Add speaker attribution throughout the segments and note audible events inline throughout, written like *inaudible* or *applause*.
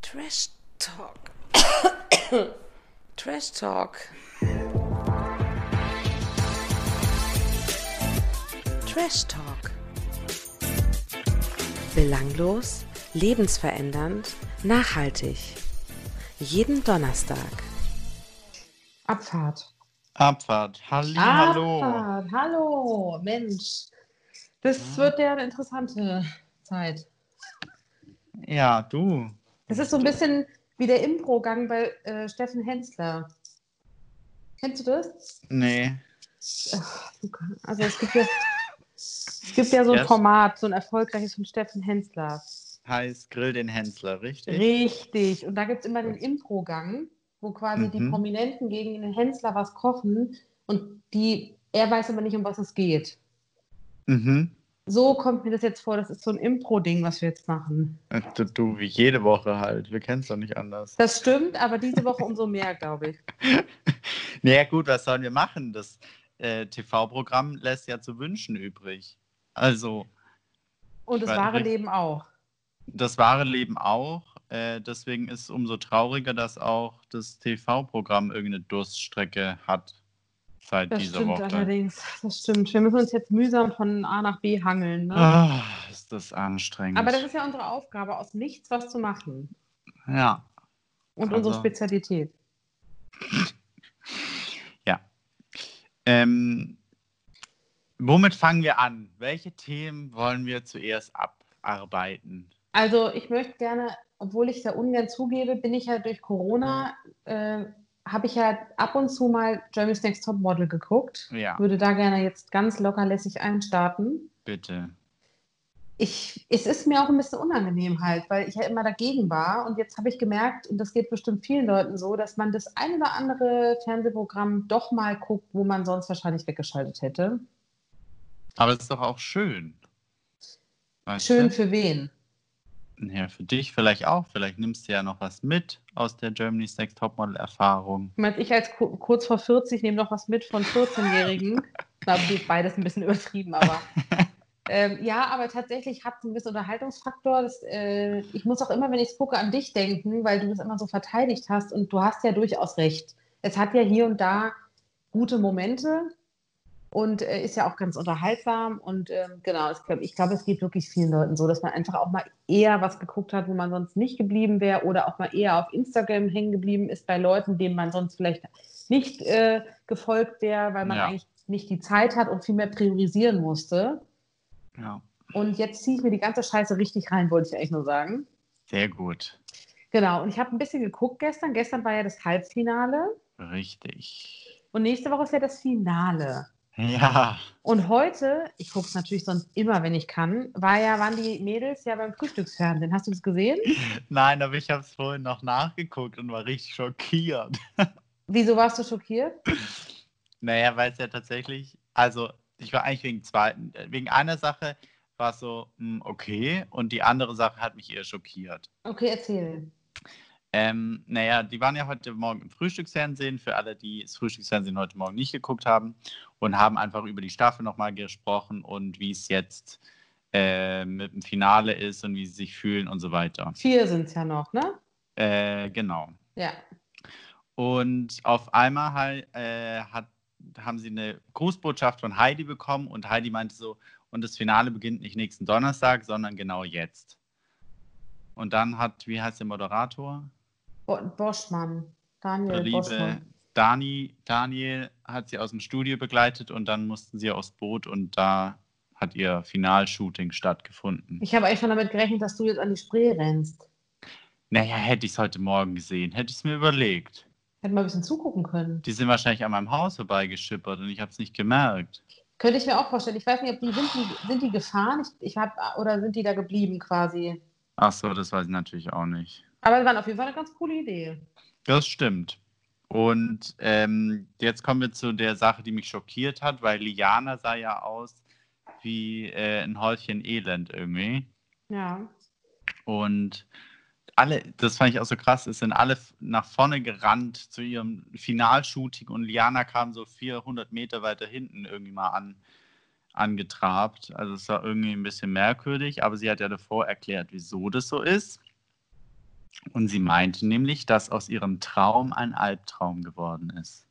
Speaker 1: Trash Talk. Trash Talk. Trash Talk. Belanglos, lebensverändernd, nachhaltig. Jeden Donnerstag.
Speaker 2: Abfahrt.
Speaker 3: Abfahrt. Hallihallo.
Speaker 2: Abfahrt. Hallo, Mensch. Das wird ja eine interessante Zeit.
Speaker 3: Ja, du.
Speaker 2: Das ist so ein bisschen wie der Impro-Gang bei äh, Steffen Hensler. Kennst du das?
Speaker 3: Nee.
Speaker 2: Luca, Also es gibt ja, es gibt ja so ein
Speaker 3: Yes.
Speaker 2: Format, so ein erfolgreiches von Steffen Hensler.
Speaker 3: Heißt Grill den Hänsler, richtig?
Speaker 2: Richtig. Und da gibt es immer den Impro-Gang, wo quasi die
Speaker 3: Mhm.
Speaker 2: Prominenten gegen den Hensler was kochen und die, er weiß aber nicht, um was es geht.
Speaker 3: mhm.
Speaker 2: So kommt mir das jetzt vor, das ist so ein Impro-Ding, was wir jetzt machen.
Speaker 3: Du, du, wie jede Woche halt. Wir kennen es doch nicht anders.
Speaker 2: Das stimmt, aber diese
Speaker 3: *laughs*
Speaker 2: Woche umso mehr, glaube ich.
Speaker 3: Naja, gut, was sollen wir machen? Das äh, TV-Programm lässt ja zu wünschen übrig. Also,
Speaker 2: Und das
Speaker 3: Weil-
Speaker 2: wahre Leben auch.
Speaker 3: das wahre Leben auch. Äh, deswegen ist es umso trauriger, dass auch das TV-Programm irgendeine Durststrecke hat seit
Speaker 2: Das
Speaker 3: dieser
Speaker 2: stimmt
Speaker 3: Woche.
Speaker 2: allerdings. Das stimmt. Wir müssen uns jetzt mühsam von A nach B hangeln. Ne?
Speaker 3: Ah, ist das anstrengend.
Speaker 2: Aber das ist ja unsere Aufgabe, aus nichts was zu machen.
Speaker 3: ja.
Speaker 2: Und
Speaker 3: Also-
Speaker 2: unsere Spezialität.
Speaker 3: Ähm, womit fangen wir an? Welche Themen wollen wir zuerst abarbeiten?
Speaker 2: Also ich möchte gerne, obwohl ich da ungern zugebe, bin ich ja durch Corona, äh, habe ich ja ab und zu mal Jeremy's Next Top Model geguckt.
Speaker 3: Ja,
Speaker 2: Würde da gerne jetzt ganz locker lässig einstarten.
Speaker 3: bitte.
Speaker 2: ich, es ist mir auch ein bisschen unangenehm halt, weil ich ja immer dagegen war. Und jetzt habe ich gemerkt, und das geht bestimmt vielen Leuten so, dass man das ein oder andere Fernsehprogramm doch mal guckt, wo man sonst wahrscheinlich weggeschaltet hätte.
Speaker 3: Aber es ist doch auch schön. Weißt
Speaker 2: Schön
Speaker 3: Du?
Speaker 2: für wen?
Speaker 3: Ja, für dich vielleicht auch. Vielleicht nimmst du ja noch was mit aus der Germany's Next Topmodel-Erfahrung.
Speaker 2: Ich meine, ich als ku- kurz vor 40 nehme noch was mit von 14-Jährigen. Na, gut, beides ein bisschen übertrieben, aber. Ähm, ja, aber tatsächlich hat es einen gewissen Unterhaltungsfaktor. Das, äh, ich muss auch immer, wenn ich es gucke, an dich denken, weil du das immer so verteidigt hast und du hast ja durchaus recht. Es hat ja hier und da gute Momente und äh, ist ja auch ganz unterhaltsam. Und ähm, genau, es, glaub, ich glaube, es geht wirklich vielen Leuten so, dass man einfach auch mal eher was geguckt hat, wo man sonst nicht geblieben wäre oder auch mal eher auf Instagram hängen geblieben ist bei Leuten, denen man sonst vielleicht nicht äh, gefolgt wäre, weil man
Speaker 3: Ja.
Speaker 2: eigentlich nicht die Zeit hat und viel mehr priorisieren musste.
Speaker 3: Ja.
Speaker 2: Und jetzt ziehe ich mir die ganze Scheiße richtig rein, wollte ich eigentlich nur sagen.
Speaker 3: Sehr gut.
Speaker 2: Genau, und ich habe ein bisschen geguckt gestern. Gestern war ja das Halbfinale
Speaker 3: Richtig.
Speaker 2: und nächste Woche ist ja das Finale.
Speaker 3: Ja. *laughs*
Speaker 2: Und heute, ich gucke es natürlich sonst immer, wenn ich kann, war ja, waren die Mädels ja beim Frühstücksfernsehen. Hast du das gesehen?
Speaker 3: Nein, aber ich habe es vorhin noch nachgeguckt und war richtig schockiert.
Speaker 2: Wieso warst du schockiert?
Speaker 3: Naja, weil es ja tatsächlich, also ich war eigentlich wegen zweiten, wegen einer Sache war es so, hm, okay, und die andere Sache hat mich eher schockiert.
Speaker 2: Okay, erzähl.
Speaker 3: Ähm, naja, die waren ja heute Morgen im Frühstücksfernsehen, für alle, die das Frühstücksfernsehen heute Morgen nicht geguckt haben, und haben einfach über die Staffel nochmal gesprochen und wie es jetzt äh, mit dem Finale ist und wie sie sich fühlen und so weiter.
Speaker 2: Vier sind es ja noch, ne?
Speaker 3: Äh, genau.
Speaker 2: Ja.
Speaker 3: Und auf einmal hal- äh, hat, haben sie eine Grußbotschaft von Heidi bekommen und Heidi meinte so, und das Finale beginnt nicht nächsten Donnerstag, sondern genau jetzt. Und dann hat, wie heißt der Moderator?
Speaker 2: Bo Boschmann.
Speaker 3: Der
Speaker 2: Daniel
Speaker 3: liebe
Speaker 2: Boschmann.
Speaker 3: Dani, Daniel hat sie aus dem Studio begleitet und dann mussten sie aufs Boot und da hat ihr Finalshooting stattgefunden.
Speaker 2: Ich habe eigentlich schon damit gerechnet, dass du jetzt an die Spree rennst.
Speaker 3: Naja, hätte ich es heute Morgen gesehen, hätte ich es mir überlegt.
Speaker 2: Hätten wir ein bisschen zugucken können.
Speaker 3: Die sind wahrscheinlich an meinem Haus vorbeigeschippert und ich habe es nicht gemerkt.
Speaker 2: Könnte ich mir auch vorstellen. Ich weiß nicht, ob die sind die, sind die gefahren ich, ich hab, oder sind die da geblieben quasi.
Speaker 3: Ach so, das weiß ich natürlich auch nicht.
Speaker 2: Aber es war auf jeden Fall eine ganz coole Idee.
Speaker 3: Das stimmt. Und ähm, jetzt kommen wir zu der Sache, die mich schockiert hat, weil Liana sah ja aus wie äh, ein Häufchen Elend irgendwie.
Speaker 2: Ja.
Speaker 3: Und alle, das fand ich auch so krass, es sind alle f- nach vorne gerannt zu ihrem Finalshooting und Liana kam so 400 Meter weiter hinten irgendwie mal an, angetrabt. Also es war irgendwie ein bisschen merkwürdig, aber sie hat ja davor erklärt, wieso das so ist. Und sie meinte nämlich, dass aus ihrem Traum ein Albtraum geworden ist.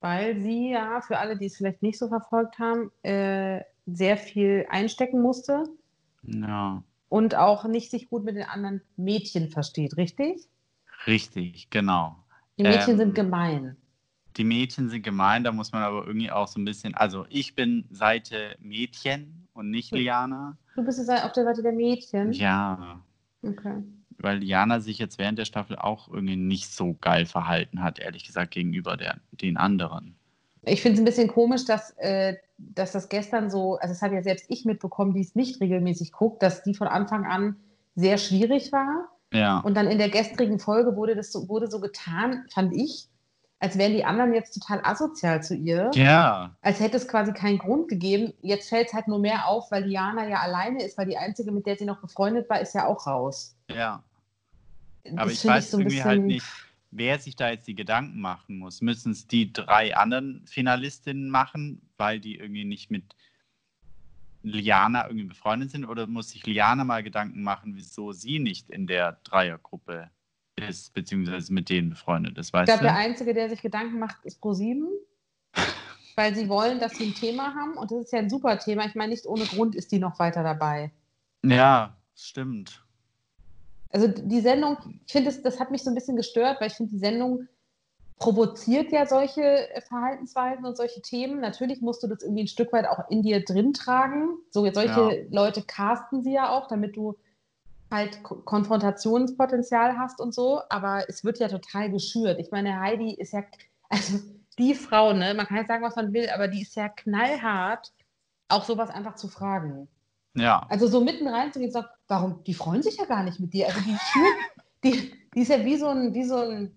Speaker 2: weil sie ja, für alle, die es vielleicht nicht so verfolgt haben, äh, sehr viel einstecken musste
Speaker 3: Ja,
Speaker 2: und auch nicht sich gut mit den anderen Mädchen versteht, richtig?
Speaker 3: richtig, genau.
Speaker 2: Die Mädchen
Speaker 3: Ähm,
Speaker 2: sind gemein.
Speaker 3: Die Mädchen sind gemein, da muss man aber irgendwie auch so ein bisschen, also ich bin Seite Mädchen und nicht Liana.
Speaker 2: Du bist jetzt auf der Seite der Mädchen.
Speaker 3: Ja,
Speaker 2: Okay.
Speaker 3: weil Liana sich jetzt während der Staffel auch irgendwie nicht so geil verhalten hat, ehrlich gesagt, gegenüber der, den anderen.
Speaker 2: Ich finde es ein bisschen komisch, dass, äh, dass das gestern so, also das habe ja selbst ich mitbekommen, die es nicht regelmäßig guckt, dass die von Anfang an sehr schwierig war.
Speaker 3: Ja,
Speaker 2: Und dann in der gestrigen Folge wurde das so, wurde so getan, fand ich, als wären die anderen jetzt total asozial zu ihr.
Speaker 3: ja,
Speaker 2: Als hätte es quasi keinen Grund gegeben. Jetzt fällt es halt nur mehr auf, weil Liana ja alleine ist, weil die einzige, mit der sie noch befreundet war, ist ja auch raus.
Speaker 3: ja. Aber ich
Speaker 2: finde
Speaker 3: weiß irgendwie halt nicht, wer sich da jetzt die Gedanken machen muss. Müssen es die drei anderen Finalistinnen machen, weil die irgendwie nicht mit Liana irgendwie befreundet sind? Oder muss sich Liana mal Gedanken machen, wieso sie nicht in der Dreiergruppe ist, beziehungsweise mit denen befreundet ist?
Speaker 2: Ich
Speaker 3: Weißt
Speaker 2: glaube, der
Speaker 3: du?
Speaker 2: Einzige, der sich Gedanken macht, ist ProSieben, weil sie wollen, dass sie ein Thema haben. Und das ist ja ein super Thema. Ich meine, nicht ohne Grund ist die noch weiter dabei.
Speaker 3: Ja, stimmt.
Speaker 2: Also die Sendung, ich finde, das, das hat mich so ein bisschen gestört, weil ich finde, die Sendung provoziert ja solche äh, Verhaltensweisen und solche Themen. Natürlich musst du das irgendwie ein Stück weit auch in dir drin tragen. So, jetzt solche Leute casten sie ja auch, damit du halt Ko- Konfrontationspotenzial hast und so. Aber es wird ja total geschürt. Ich meine, Heidi ist ja, also die Frau, ne, man kann jetzt sagen, was man will, aber die ist ja knallhart, auch sowas einfach zu fragen.
Speaker 3: Ja,
Speaker 2: Also so mitten reinzugehen und sagen, warum, die freuen sich ja gar nicht mit dir. Also die schürt, die, die ist ja wie so ein, wie so ein,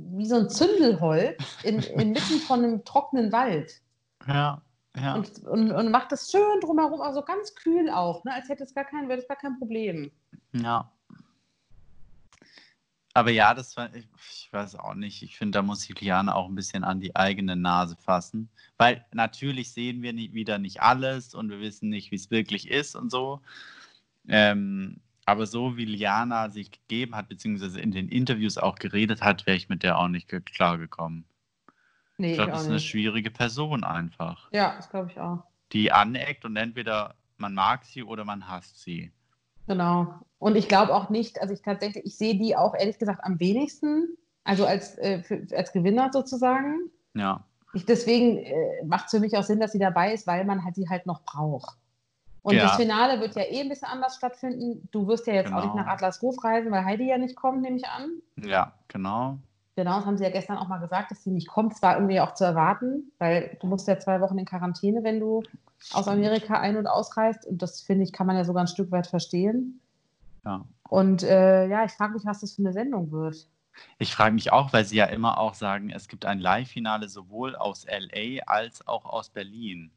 Speaker 2: wie so ein Zündelholz in, inmitten von einem trockenen Wald
Speaker 3: ja, ja.
Speaker 2: und, und, und macht das schön drumherum, also ganz kühl auch, ne? als hätte es gar kein, wäre das gar kein Problem.
Speaker 3: Ja. Aber ja, das war, ich, ich weiß auch nicht. Ich finde, da muss sich Liane auch ein bisschen an die eigene Nase fassen. Weil natürlich sehen wir nicht, wieder nicht alles und wir wissen nicht, wie es wirklich ist und so. Ähm, aber so wie Liana sich gegeben hat, beziehungsweise in den Interviews auch geredet hat, wäre ich mit der auch nicht ge- klargekommen.
Speaker 2: Nee,
Speaker 3: Ich
Speaker 2: ich,
Speaker 3: glaube, das
Speaker 2: auch
Speaker 3: ist eine
Speaker 2: nicht.
Speaker 3: schwierige Person einfach,
Speaker 2: Ja, das glaube ich auch.
Speaker 3: die aneckt und entweder man mag sie oder man hasst sie.
Speaker 2: Genau. Und ich glaube auch nicht, also ich tatsächlich, ich sehe die auch ehrlich gesagt am wenigsten, also als, äh, für, als Gewinner sozusagen.
Speaker 3: Ja,
Speaker 2: Ich, deswegen äh, macht es für mich auch Sinn, dass sie dabei ist, weil man halt sie halt noch braucht. Und
Speaker 3: Ja.
Speaker 2: das Finale wird ja eh ein bisschen anders stattfinden. Du wirst ja jetzt auch
Speaker 3: Genau.
Speaker 2: nicht nach Atlasruf reisen, weil Heidi ja nicht kommt, nehme ich an.
Speaker 3: ja, genau.
Speaker 2: Genau, das haben sie ja gestern auch mal gesagt, dass sie nicht kommt. Es war irgendwie auch zu erwarten, weil du musst ja zwei Wochen in Quarantäne, wenn du aus Amerika ein- und ausreist. Und das, finde ich, kann man ja sogar ein Stück weit verstehen.
Speaker 3: Ja.
Speaker 2: Und äh, ja, ich frage mich, was das für eine Sendung wird.
Speaker 3: Ich frage mich auch, weil sie ja immer auch sagen, es gibt ein Live-Finale sowohl aus LA als auch aus Berlin.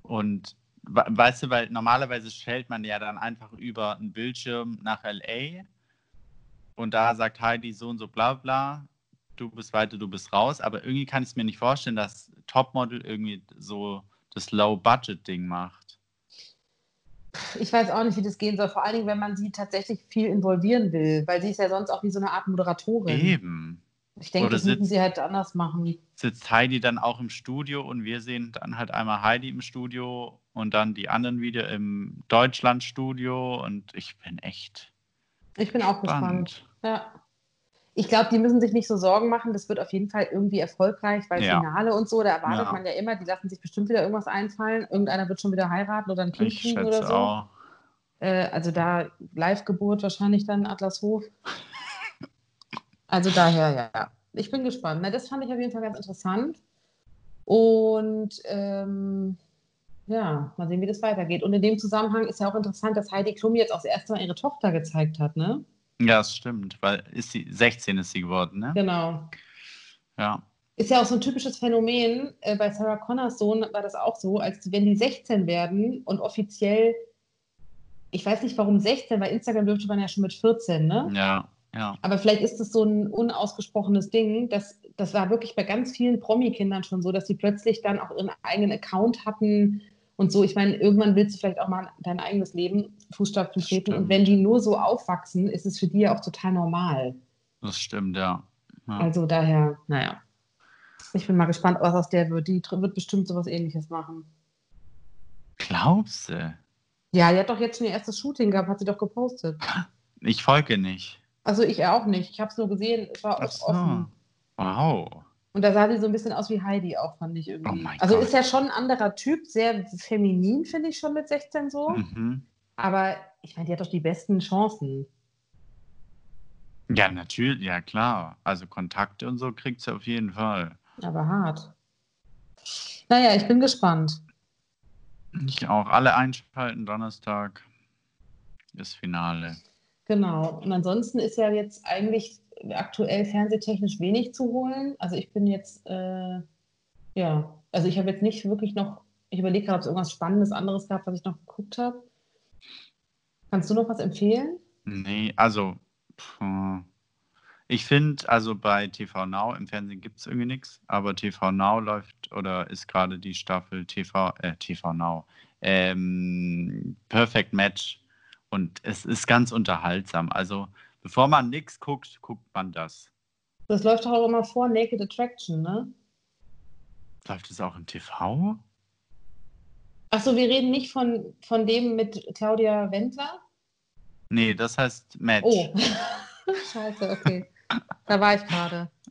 Speaker 3: Und we- weißt du, weil normalerweise stellt man ja dann einfach über einen Bildschirm nach LA und da sagt Heidi so und so bla bla, du bist weiter, du bist raus. Aber irgendwie kann ich es mir nicht vorstellen, dass Topmodel irgendwie so das Low-Budget-Ding macht.
Speaker 2: Ich weiß auch nicht, wie das gehen soll. Vor allen Dingen, wenn man sie tatsächlich viel involvieren will, weil sie ist ja sonst auch wie so eine Art Moderatorin.
Speaker 3: Eben.
Speaker 2: Ich denke,
Speaker 3: Oder
Speaker 2: das müssen
Speaker 3: sitzt-
Speaker 2: sie halt anders machen.
Speaker 3: sitzt Heidi dann auch im Studio und wir sehen dann halt einmal Heidi im Studio und dann die anderen wieder im Deutschlandstudio und ich bin echt
Speaker 2: Ich bin auch gespannt.
Speaker 3: spannend.
Speaker 2: Ja. Ich glaube, die müssen sich nicht so Sorgen machen. Das wird auf jeden Fall irgendwie erfolgreich, weil
Speaker 3: Ja.
Speaker 2: Finale und so, da erwartet
Speaker 3: Ja.
Speaker 2: man ja immer, die lassen sich bestimmt wieder irgendwas einfallen. Irgendeiner wird schon wieder heiraten oder ein Kind
Speaker 3: Ich
Speaker 2: kriegen oder
Speaker 3: schätze
Speaker 2: so.
Speaker 3: auch.
Speaker 2: Äh, also da Live-Geburt wahrscheinlich dann in Atlashof. also daher, ja. Ich bin gespannt. Na, das fand ich auf jeden Fall ganz interessant. Und ähm, ja, mal sehen, wie das weitergeht. Und in dem Zusammenhang ist ja auch interessant, dass Heidi Klum jetzt auch das erste Mal ihre Tochter gezeigt hat, ne?
Speaker 3: Ja, das stimmt, weil ist sie 16 ist sie geworden, ne?
Speaker 2: Genau.
Speaker 3: Ja.
Speaker 2: Ist ja auch so ein typisches Phänomen. Äh, Bei Sarah Connors Sohn war das auch so, als wenn die 16 werden und offiziell, ich weiß nicht warum 16, weil Instagram dürfte man ja schon mit 14, ne?
Speaker 3: Ja, ja, ja.
Speaker 2: Aber vielleicht ist es so ein unausgesprochenes Ding, dass das war wirklich bei ganz vielen Promi-Kindern schon so, dass sie plötzlich dann auch ihren eigenen Account hatten Und so, ich meine, irgendwann willst du vielleicht auch mal dein eigenes Leben Fußstapfen treten.
Speaker 3: Stimmt.
Speaker 2: Und wenn die nur so aufwachsen, ist es für die ja auch total normal.
Speaker 3: Das stimmt, ja. ja.
Speaker 2: Also daher, naja. Ich bin mal gespannt, was aus der wird. Die tr- wird bestimmt sowas ähnliches machen.
Speaker 3: Glaubst du?
Speaker 2: Ja, die hat doch jetzt schon ihr erstes Shooting gehabt, hat sie doch gepostet.
Speaker 3: Ich folge nicht.
Speaker 2: Also ich auch nicht. Ich habe es nur gesehen, es war
Speaker 3: Ach
Speaker 2: auch
Speaker 3: so.
Speaker 2: offen.
Speaker 3: Wow.
Speaker 2: Und da sah sie so ein bisschen aus wie Heidi auch, fand ich irgendwie.
Speaker 3: Oh mein
Speaker 2: also
Speaker 3: Gott.
Speaker 2: ist ja schon ein anderer Typ, sehr feminin, finde ich schon mit 16 so.
Speaker 3: Mhm.
Speaker 2: Aber ich meine, die hat doch die besten Chancen.
Speaker 3: Ja, natürlich, ja klar. Also Kontakte und so kriegt sie auf jeden Fall.
Speaker 2: Aber hart. Naja, ich bin gespannt.
Speaker 3: Ich auch. Alle einschalten, Donnerstag ist Finale.
Speaker 2: Genau. Und ansonsten ist ja jetzt eigentlich aktuell fernsehtechnisch wenig zu holen. Also ich bin jetzt, äh, ja, also ich habe jetzt nicht wirklich noch, ich überlege gerade, ob es irgendwas Spannendes anderes gab, was ich noch geguckt habe. Kannst du noch was empfehlen?
Speaker 3: Nee, also pff, ich finde, also bei TV Now, im Fernsehen gibt es irgendwie nichts, aber TV Now läuft oder ist gerade die Staffel TV, äh, TV Now, ähm, Perfect Match und es ist ganz unterhaltsam. Also bevor man nichts guckt, guckt man das.
Speaker 2: Das läuft doch auch immer vor Naked Attraction, ne?
Speaker 3: Läuft es auch im TV?
Speaker 2: Achso, wir reden nicht von, von dem mit Claudia Wendler?
Speaker 3: Nee, das heißt Match.
Speaker 2: Oh, *laughs* scheiße, okay. Da war ich gerade.
Speaker 3: nee,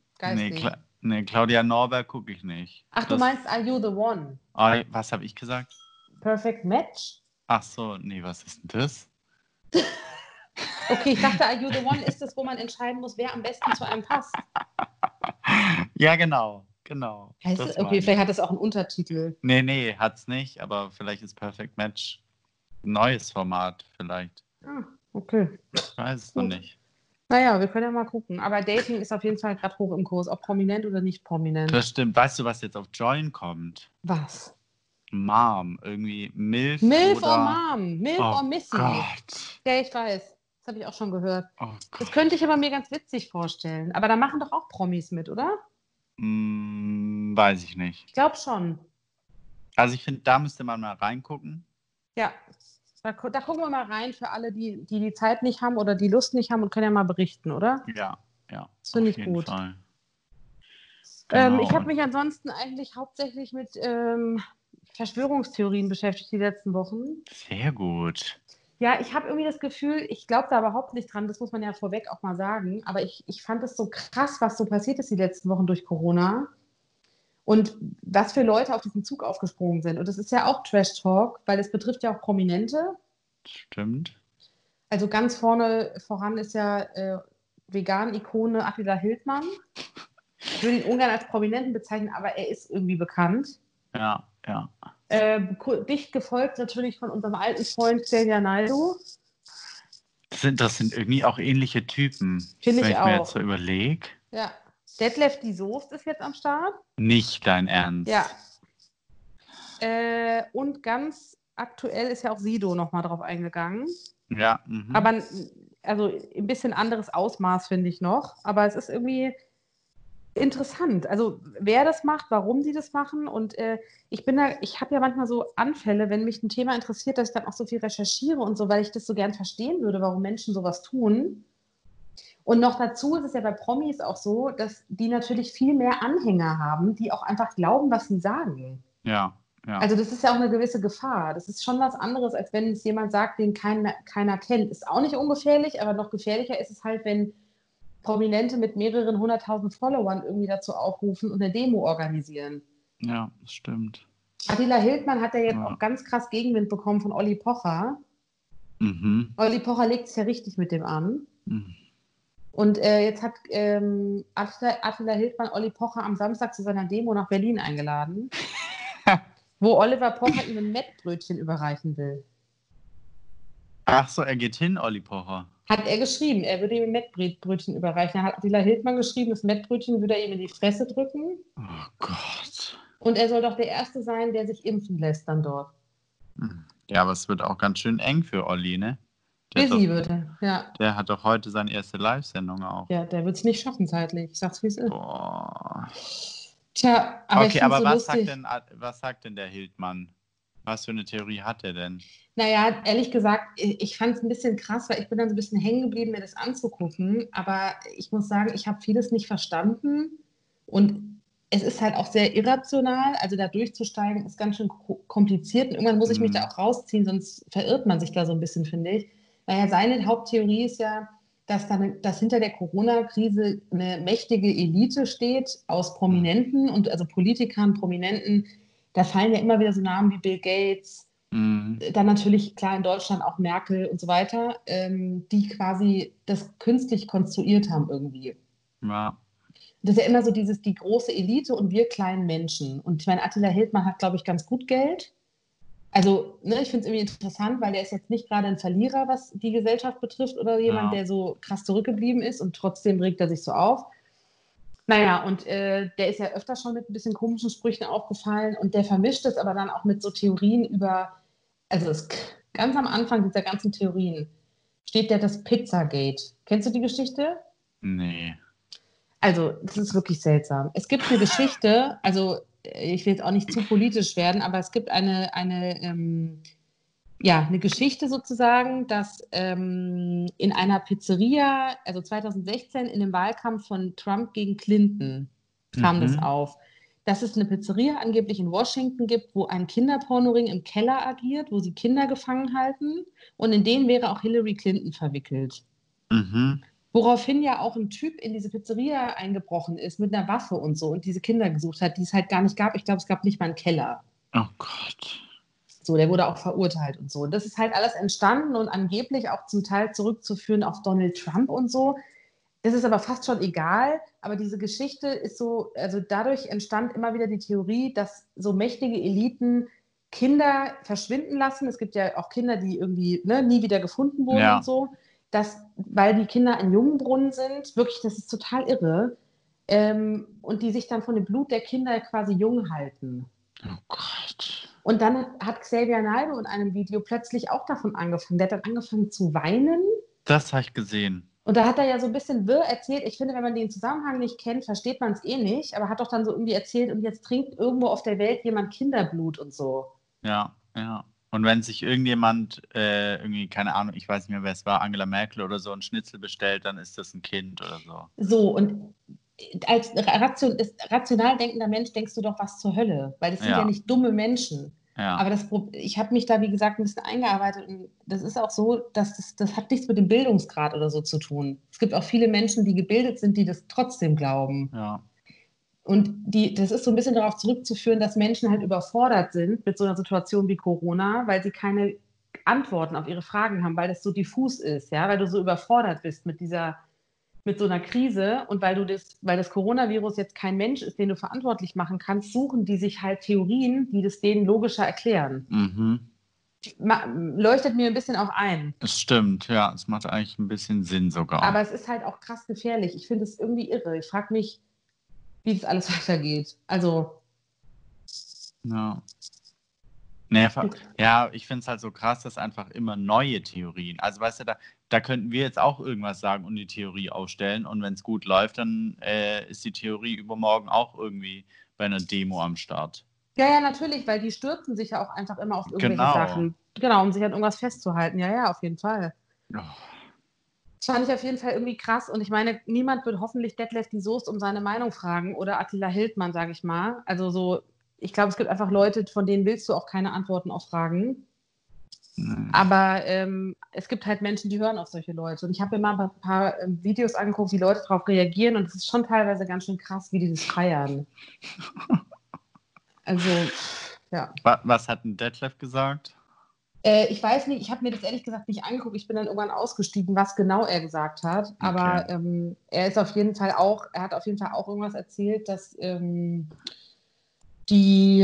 Speaker 2: Geistig.
Speaker 3: Cla nee, Claudia Norberg gucke ich nicht.
Speaker 2: Ach, du
Speaker 3: Das-
Speaker 2: meinst Are You the One?
Speaker 3: Ah, was habe ich gesagt?
Speaker 2: Perfect Match?
Speaker 3: Ach so, nee, was ist denn das?
Speaker 2: Okay, ich dachte, Are You the One ist es, wo man entscheiden muss, wer am besten zu einem passt.
Speaker 3: Ja, genau, genau.
Speaker 2: Heißt
Speaker 3: Das
Speaker 2: es?
Speaker 3: meine
Speaker 2: Okay,
Speaker 3: ich.
Speaker 2: vielleicht hat es auch einen Untertitel.
Speaker 3: Nee, nee, hat's nicht, aber vielleicht ist Perfect Match ein neues Format, vielleicht.
Speaker 2: Ah, okay.
Speaker 3: Ich weiß es noch
Speaker 2: Gut.
Speaker 3: nicht.
Speaker 2: Naja, wir können ja mal gucken. Aber Dating ist auf jeden Fall gerade hoch im Kurs, ob prominent oder nicht prominent.
Speaker 3: Das stimmt. Weißt du, was jetzt auf Join kommt?
Speaker 2: Was?
Speaker 3: Mom, irgendwie Milf,
Speaker 2: Milf
Speaker 3: oder...
Speaker 2: or Mom? Milf
Speaker 3: Oh
Speaker 2: or Missy?
Speaker 3: Gott.
Speaker 2: Ja, ich weiß. Das habe ich auch schon gehört.
Speaker 3: Oh Gott.
Speaker 2: Das könnte ich aber mir ganz witzig vorstellen. Aber da machen doch auch Promis mit, oder?
Speaker 3: Hm, weiß ich nicht.
Speaker 2: Ich glaube schon.
Speaker 3: Also ich finde, da müsste man mal reingucken.
Speaker 2: Ja. Da, gu- da gucken wir mal rein für alle, die, die die Zeit nicht haben oder die Lust nicht haben und können ja mal berichten, oder?
Speaker 3: Ja, ja.
Speaker 2: Das finde
Speaker 3: auf
Speaker 2: ich
Speaker 3: jeden
Speaker 2: gut.
Speaker 3: Fall.
Speaker 2: Ähm,
Speaker 3: Genau,
Speaker 2: ich habe
Speaker 3: und-
Speaker 2: mich ansonsten eigentlich hauptsächlich mit ähm, Verschwörungstheorien beschäftigt die letzten Wochen.
Speaker 3: Sehr gut.
Speaker 2: Ja, ich habe irgendwie das Gefühl, ich glaube da überhaupt nicht dran, das muss man ja vorweg auch mal sagen, aber ich, ich fand es so krass, was so passiert ist die letzten Wochen durch Corona und was für Leute auf diesen Zug aufgesprungen sind. Und das ist ja auch Trash Talk, weil es betrifft ja auch Prominente.
Speaker 3: Stimmt.
Speaker 2: Also ganz vorne voran ist ja äh, Vegan-Ikone Attila Hildmann. Ich würde ihn ungern als Prominenten bezeichnen, aber er ist irgendwie bekannt.
Speaker 3: Ja, ja.
Speaker 2: Ähm, ku- dicht gefolgt natürlich von unserem alten Freund Xavier Naidu.
Speaker 3: Das sind, das sind irgendwie auch ähnliche Typen.
Speaker 2: Finde
Speaker 3: Wenn
Speaker 2: ich
Speaker 3: ich mir
Speaker 2: auch.
Speaker 3: jetzt so überlege.
Speaker 2: Ja. Detlef die Soest ist jetzt am Start.
Speaker 3: Nicht dein Ernst.
Speaker 2: Ja. Äh, und ganz aktuell ist ja auch Sido nochmal drauf eingegangen.
Speaker 3: Ja, mhm.
Speaker 2: Aber n- also ein bisschen anderes Ausmaß finde ich noch. Aber es ist irgendwie interessant. Also wer das macht, warum die das machen. Und äh, ich bin da, ich habe ja manchmal so Anfälle, wenn mich ein Thema interessiert, dass ich dann auch so viel recherchiere und so, weil ich das so gern verstehen würde, warum Menschen sowas tun. Und noch dazu ist es ja bei Promis auch so, dass die natürlich viel mehr Anhänger haben, die auch einfach glauben, was sie sagen.
Speaker 3: ja, ja.
Speaker 2: Also das ist ja auch eine gewisse Gefahr. Das ist schon was anderes, als wenn es jemand sagt, den keiner, keiner kennt. Ist auch nicht ungefährlich, aber noch gefährlicher ist es halt, wenn Prominente mit mehreren hunderttausend Followern irgendwie dazu aufrufen und eine Demo organisieren.
Speaker 3: ja, das stimmt.
Speaker 2: Attila Hildmann hat ja jetzt
Speaker 3: Ja.
Speaker 2: auch ganz krass Gegenwind bekommen von Olli Pocher.
Speaker 3: Mhm.
Speaker 2: Olli Pocher legt sich ja richtig mit dem an.
Speaker 3: Mhm.
Speaker 2: Und äh, jetzt hat ähm, Attila, Attila Hildmann Olli Pocher am Samstag zu seiner Demo nach Berlin
Speaker 3: *laughs*
Speaker 2: eingeladen, wo Oliver Pocher ihm ein Mettbrötchen überreichen will.
Speaker 3: Ach so, er geht hin, Olli Pocher.
Speaker 2: Hat er geschrieben, er würde ihm ein Mettbrötchen überreichen. Dann hat Attila Hildmann geschrieben, das Mettbrötchen würde er ihm in die Fresse drücken.
Speaker 3: Oh Gott.
Speaker 2: Und er soll doch der Erste sein, der sich impfen lässt dann dort.
Speaker 3: Ja, aber es wird auch ganz schön eng für Olli, ne? Der, hat
Speaker 2: Busy
Speaker 3: doch,
Speaker 2: wird er. Ja.
Speaker 3: der hat doch heute seine erste Live-Sendung auch.
Speaker 2: ja, der wird es nicht schaffen zeitlich. Ich sag's, wie es ist.
Speaker 3: Boah.
Speaker 2: Tja, aber ich
Speaker 3: okay,
Speaker 2: find's
Speaker 3: Oh. aber
Speaker 2: so
Speaker 3: was,
Speaker 2: lustig.
Speaker 3: sagt denn, was sagt denn der Hildmann? Was für eine Theorie hat er denn?
Speaker 2: Naja, ehrlich gesagt, ich ich fand es ein bisschen krass, weil ich bin dann so ein bisschen hängen geblieben, mir das anzugucken. Aber ich muss sagen, ich habe vieles nicht verstanden. Und es ist halt auch sehr irrational. Also da durchzusteigen ist ganz schön ko- kompliziert. Und irgendwann muss ich mich
Speaker 3: Mhm.
Speaker 2: da auch rausziehen, sonst verirrt man sich da so ein bisschen, finde ich. Naja, seine Haupttheorie ist ja, dass, dann, dass hinter der Corona-Krise eine mächtige Elite steht aus Prominenten und also Politikern, Prominenten. Da fallen ja immer wieder so Namen wie Bill Gates,
Speaker 3: Mhm.
Speaker 2: dann natürlich klar in Deutschland auch Merkel und so weiter, ähm, die quasi das künstlich konstruiert haben irgendwie.
Speaker 3: Ja.
Speaker 2: Das ist ja immer so dieses, die große Elite und wir kleinen Menschen. Und ich meine, Attila Hildmann hat, glaube ich, ganz gut Geld. Also, ne, ich finde es irgendwie interessant, weil der ist jetzt nicht gerade ein Verlierer, was die Gesellschaft betrifft, oder jemand,
Speaker 3: Ja.
Speaker 2: der so krass zurückgeblieben ist und trotzdem regt er sich so auf. Naja, und äh, der ist ja öfter schon mit ein bisschen komischen Sprüchen aufgefallen und der vermischt es aber dann auch mit so Theorien über, also es, ganz am Anfang dieser ganzen Theorien steht ja das Pizzagate. Kennst du die Geschichte?
Speaker 3: Nee.
Speaker 2: Also, das ist wirklich seltsam. Es gibt eine Geschichte, also äh, ich will jetzt auch nicht zu politisch werden, aber es gibt eine, eine, ähm, ja, eine Geschichte sozusagen, dass ähm, in einer Pizzeria, also 2016 in dem Wahlkampf von Trump gegen Clinton, kam
Speaker 3: Mhm.
Speaker 2: das auf, dass es eine Pizzeria angeblich in Washington gibt, wo ein Kinderpornoring im Keller agiert, wo sie Kinder gefangen halten und in denen wäre auch Hillary Clinton verwickelt.
Speaker 3: Mhm.
Speaker 2: Woraufhin ja auch ein Typ in diese Pizzeria eingebrochen ist mit einer Waffe und so und diese Kinder gesucht hat, die es halt gar nicht gab. Ich glaube, es gab nicht mal einen Keller.
Speaker 3: Oh Gott.
Speaker 2: So, der wurde auch verurteilt und so. Und das ist halt alles entstanden und angeblich auch zum Teil zurückzuführen auf Donald Trump und so. Das ist aber fast schon egal. Aber diese Geschichte ist so, also dadurch entstand immer wieder die Theorie, dass so mächtige Eliten Kinder verschwinden lassen. Es gibt ja auch Kinder, die irgendwie ne, nie wieder gefunden wurden
Speaker 3: Ja.
Speaker 2: und so. Dass, weil die Kinder in Jungenbrunnen sind, wirklich, das ist total irre. Ähm, und die sich dann von dem Blut der Kinder quasi jung halten.
Speaker 3: Oh Gott.
Speaker 2: Und dann hat Xavier Naido in einem Video plötzlich auch davon angefangen. Der hat dann angefangen zu weinen.
Speaker 3: Das habe ich gesehen.
Speaker 2: Und da hat er ja so ein bisschen wirr erzählt. Ich finde, wenn man den Zusammenhang nicht kennt, versteht man es eh nicht. Aber hat doch dann so irgendwie erzählt, und jetzt trinkt irgendwo auf der Welt jemand Kinderblut und so.
Speaker 3: Ja, ja. Und wenn sich irgendjemand, äh, irgendwie, keine Ahnung, ich weiß nicht mehr, wer es war, Angela Merkel oder so, ein Schnitzel bestellt, dann ist das ein Kind oder so.
Speaker 2: So, und als ration, als rational denkender Mensch denkst du doch, was zur Hölle. Weil das sind ja,
Speaker 3: Ja.
Speaker 2: nicht dumme Menschen.
Speaker 3: Ja.
Speaker 2: Aber das, Pro- ich habe mich da, wie gesagt, ein bisschen eingearbeitet. Und das ist auch so, dass das, das hat nichts mit dem Bildungsgrad oder so zu tun. Es gibt auch viele Menschen, die gebildet sind, die das trotzdem glauben.
Speaker 3: ja.
Speaker 2: Und die, das ist so ein bisschen darauf zurückzuführen, dass Menschen halt überfordert sind mit so einer Situation wie Corona, weil sie keine Antworten auf ihre Fragen haben, weil das so diffus ist, ja, weil du so überfordert bist mit dieser, mit so einer Krise und weil du das, weil das Coronavirus jetzt kein Mensch ist, den du verantwortlich machen kannst, suchen die sich halt Theorien, die das denen logischer erklären
Speaker 3: Mhm.
Speaker 2: ma- leuchtet mir ein bisschen auch ein.
Speaker 3: Das stimmt, ja. Es macht eigentlich ein bisschen Sinn sogar.
Speaker 2: Aber es ist halt auch krass gefährlich. Ich finde es irgendwie irre. Ich frage mich, wie das alles *laughs* weitergeht. Also,
Speaker 3: Ja. Naja, ver-
Speaker 2: Gut.
Speaker 3: ja, ich finde es halt so krass, dass einfach immer neue Theorien. Also, weißt du, da, da könnten wir jetzt auch irgendwas sagen und die Theorie aufstellen. Und wenn es gut läuft, dann äh, ist die Theorie übermorgen auch irgendwie bei einer Demo am Start.
Speaker 2: ja, ja, natürlich, weil die stürzen sich ja auch einfach immer auf irgendwelche
Speaker 3: Genau.
Speaker 2: Sachen. Genau, um sich an irgendwas festzuhalten. Ja, ja, auf jeden Fall.
Speaker 3: Oh,
Speaker 2: Das fand ich auf jeden Fall irgendwie krass. Und ich meine, niemand wird hoffentlich Detlef die Soest um seine Meinung fragen oder Attila Hildmann, sage ich mal. Also so, ich glaube, es gibt einfach Leute, von denen willst du auch keine Antworten auf Fragen.
Speaker 3: nee.
Speaker 2: Aber ähm, es gibt halt Menschen, die hören auf solche Leute. Und ich habe mir mal ein paar ähm, Videos angeguckt, wie Leute darauf reagieren. Und es ist schon teilweise ganz schön krass, wie die das
Speaker 3: *laughs*
Speaker 2: feiern. Also, ja.
Speaker 3: Wa- Was hat ein Detlef gesagt?
Speaker 2: Äh, ich weiß nicht, ich habe mir das ehrlich gesagt nicht angeguckt. Ich bin dann irgendwann ausgestiegen, was genau er gesagt hat. Aber ähm, er ist auf jeden Fall auch, er hat auf jeden Fall auch irgendwas erzählt, dass ähm, die,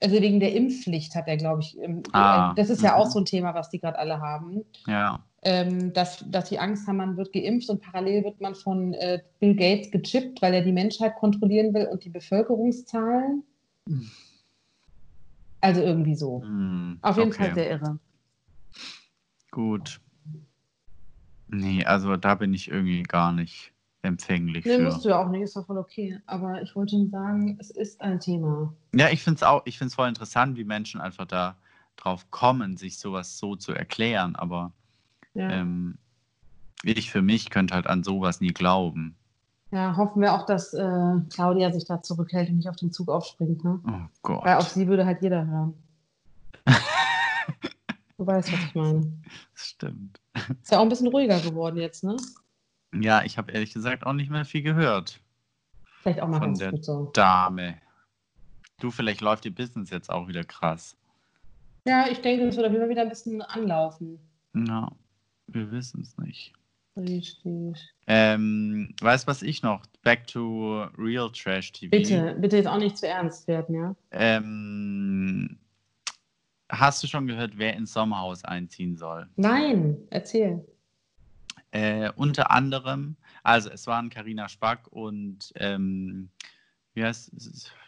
Speaker 2: also wegen der Impfpflicht hat er, glaube ich, ähm,
Speaker 3: Ah,
Speaker 2: das ist ja auch
Speaker 3: mhm.
Speaker 2: so ein Thema, was die gerade alle haben.
Speaker 3: Ja.
Speaker 2: ähm, dass, dass die Angst haben, man wird geimpft und parallel wird man von äh, Bill Gates gechippt, weil er die Menschheit kontrollieren will und die Bevölkerungszahlen. Hm.
Speaker 3: Mhm.
Speaker 2: Also irgendwie so.
Speaker 3: Hm,
Speaker 2: Auf jeden
Speaker 3: okay.
Speaker 2: Fall sehr irre.
Speaker 3: Gut. Nee, also da bin ich irgendwie gar nicht. äh, empfänglich
Speaker 2: Nee,
Speaker 3: für.
Speaker 2: musst du ja auch nicht, ist doch voll okay. Aber ich wollte nur sagen, es ist ein Thema.
Speaker 3: Ja, ich finde es auch, ich finde es voll interessant, wie Menschen einfach da drauf kommen, sich sowas so zu erklären. Aber
Speaker 2: Ja.
Speaker 3: ähm, ich für mich könnte halt an sowas nie glauben.
Speaker 2: ja, hoffen wir auch, dass äh, Claudia sich da zurückhält und nicht auf den Zug aufspringt. Ne?
Speaker 3: Oh Gott.
Speaker 2: Weil auf sie würde halt jeder
Speaker 3: *laughs*
Speaker 2: hören. du weißt, was ich meine.
Speaker 3: Stimmt.
Speaker 2: Ist ja auch ein bisschen ruhiger geworden jetzt, ne?
Speaker 3: Ja, ich habe ehrlich gesagt auch nicht mehr viel gehört.
Speaker 2: Vielleicht auch mal
Speaker 3: Von
Speaker 2: ganz
Speaker 3: der-
Speaker 2: gut so.
Speaker 3: Dame. Du, vielleicht läuft ihr Business jetzt auch wieder krass.
Speaker 2: Ja, ich denke, das wird auf jeden Fall wieder ein bisschen anlaufen.
Speaker 3: Ja, wir wissen es nicht.
Speaker 2: Richtig.
Speaker 3: Ähm, weißt was ich noch? Back to Real Trash TV.
Speaker 2: Bitte, bitte jetzt auch nicht zu ernst werden, ja?
Speaker 3: Ähm, hast du schon gehört, wer ins Sommerhaus einziehen soll?
Speaker 2: Nein, erzähl.
Speaker 3: Äh, unter anderem, also es waren Karina Spack und ähm, wie, heißt,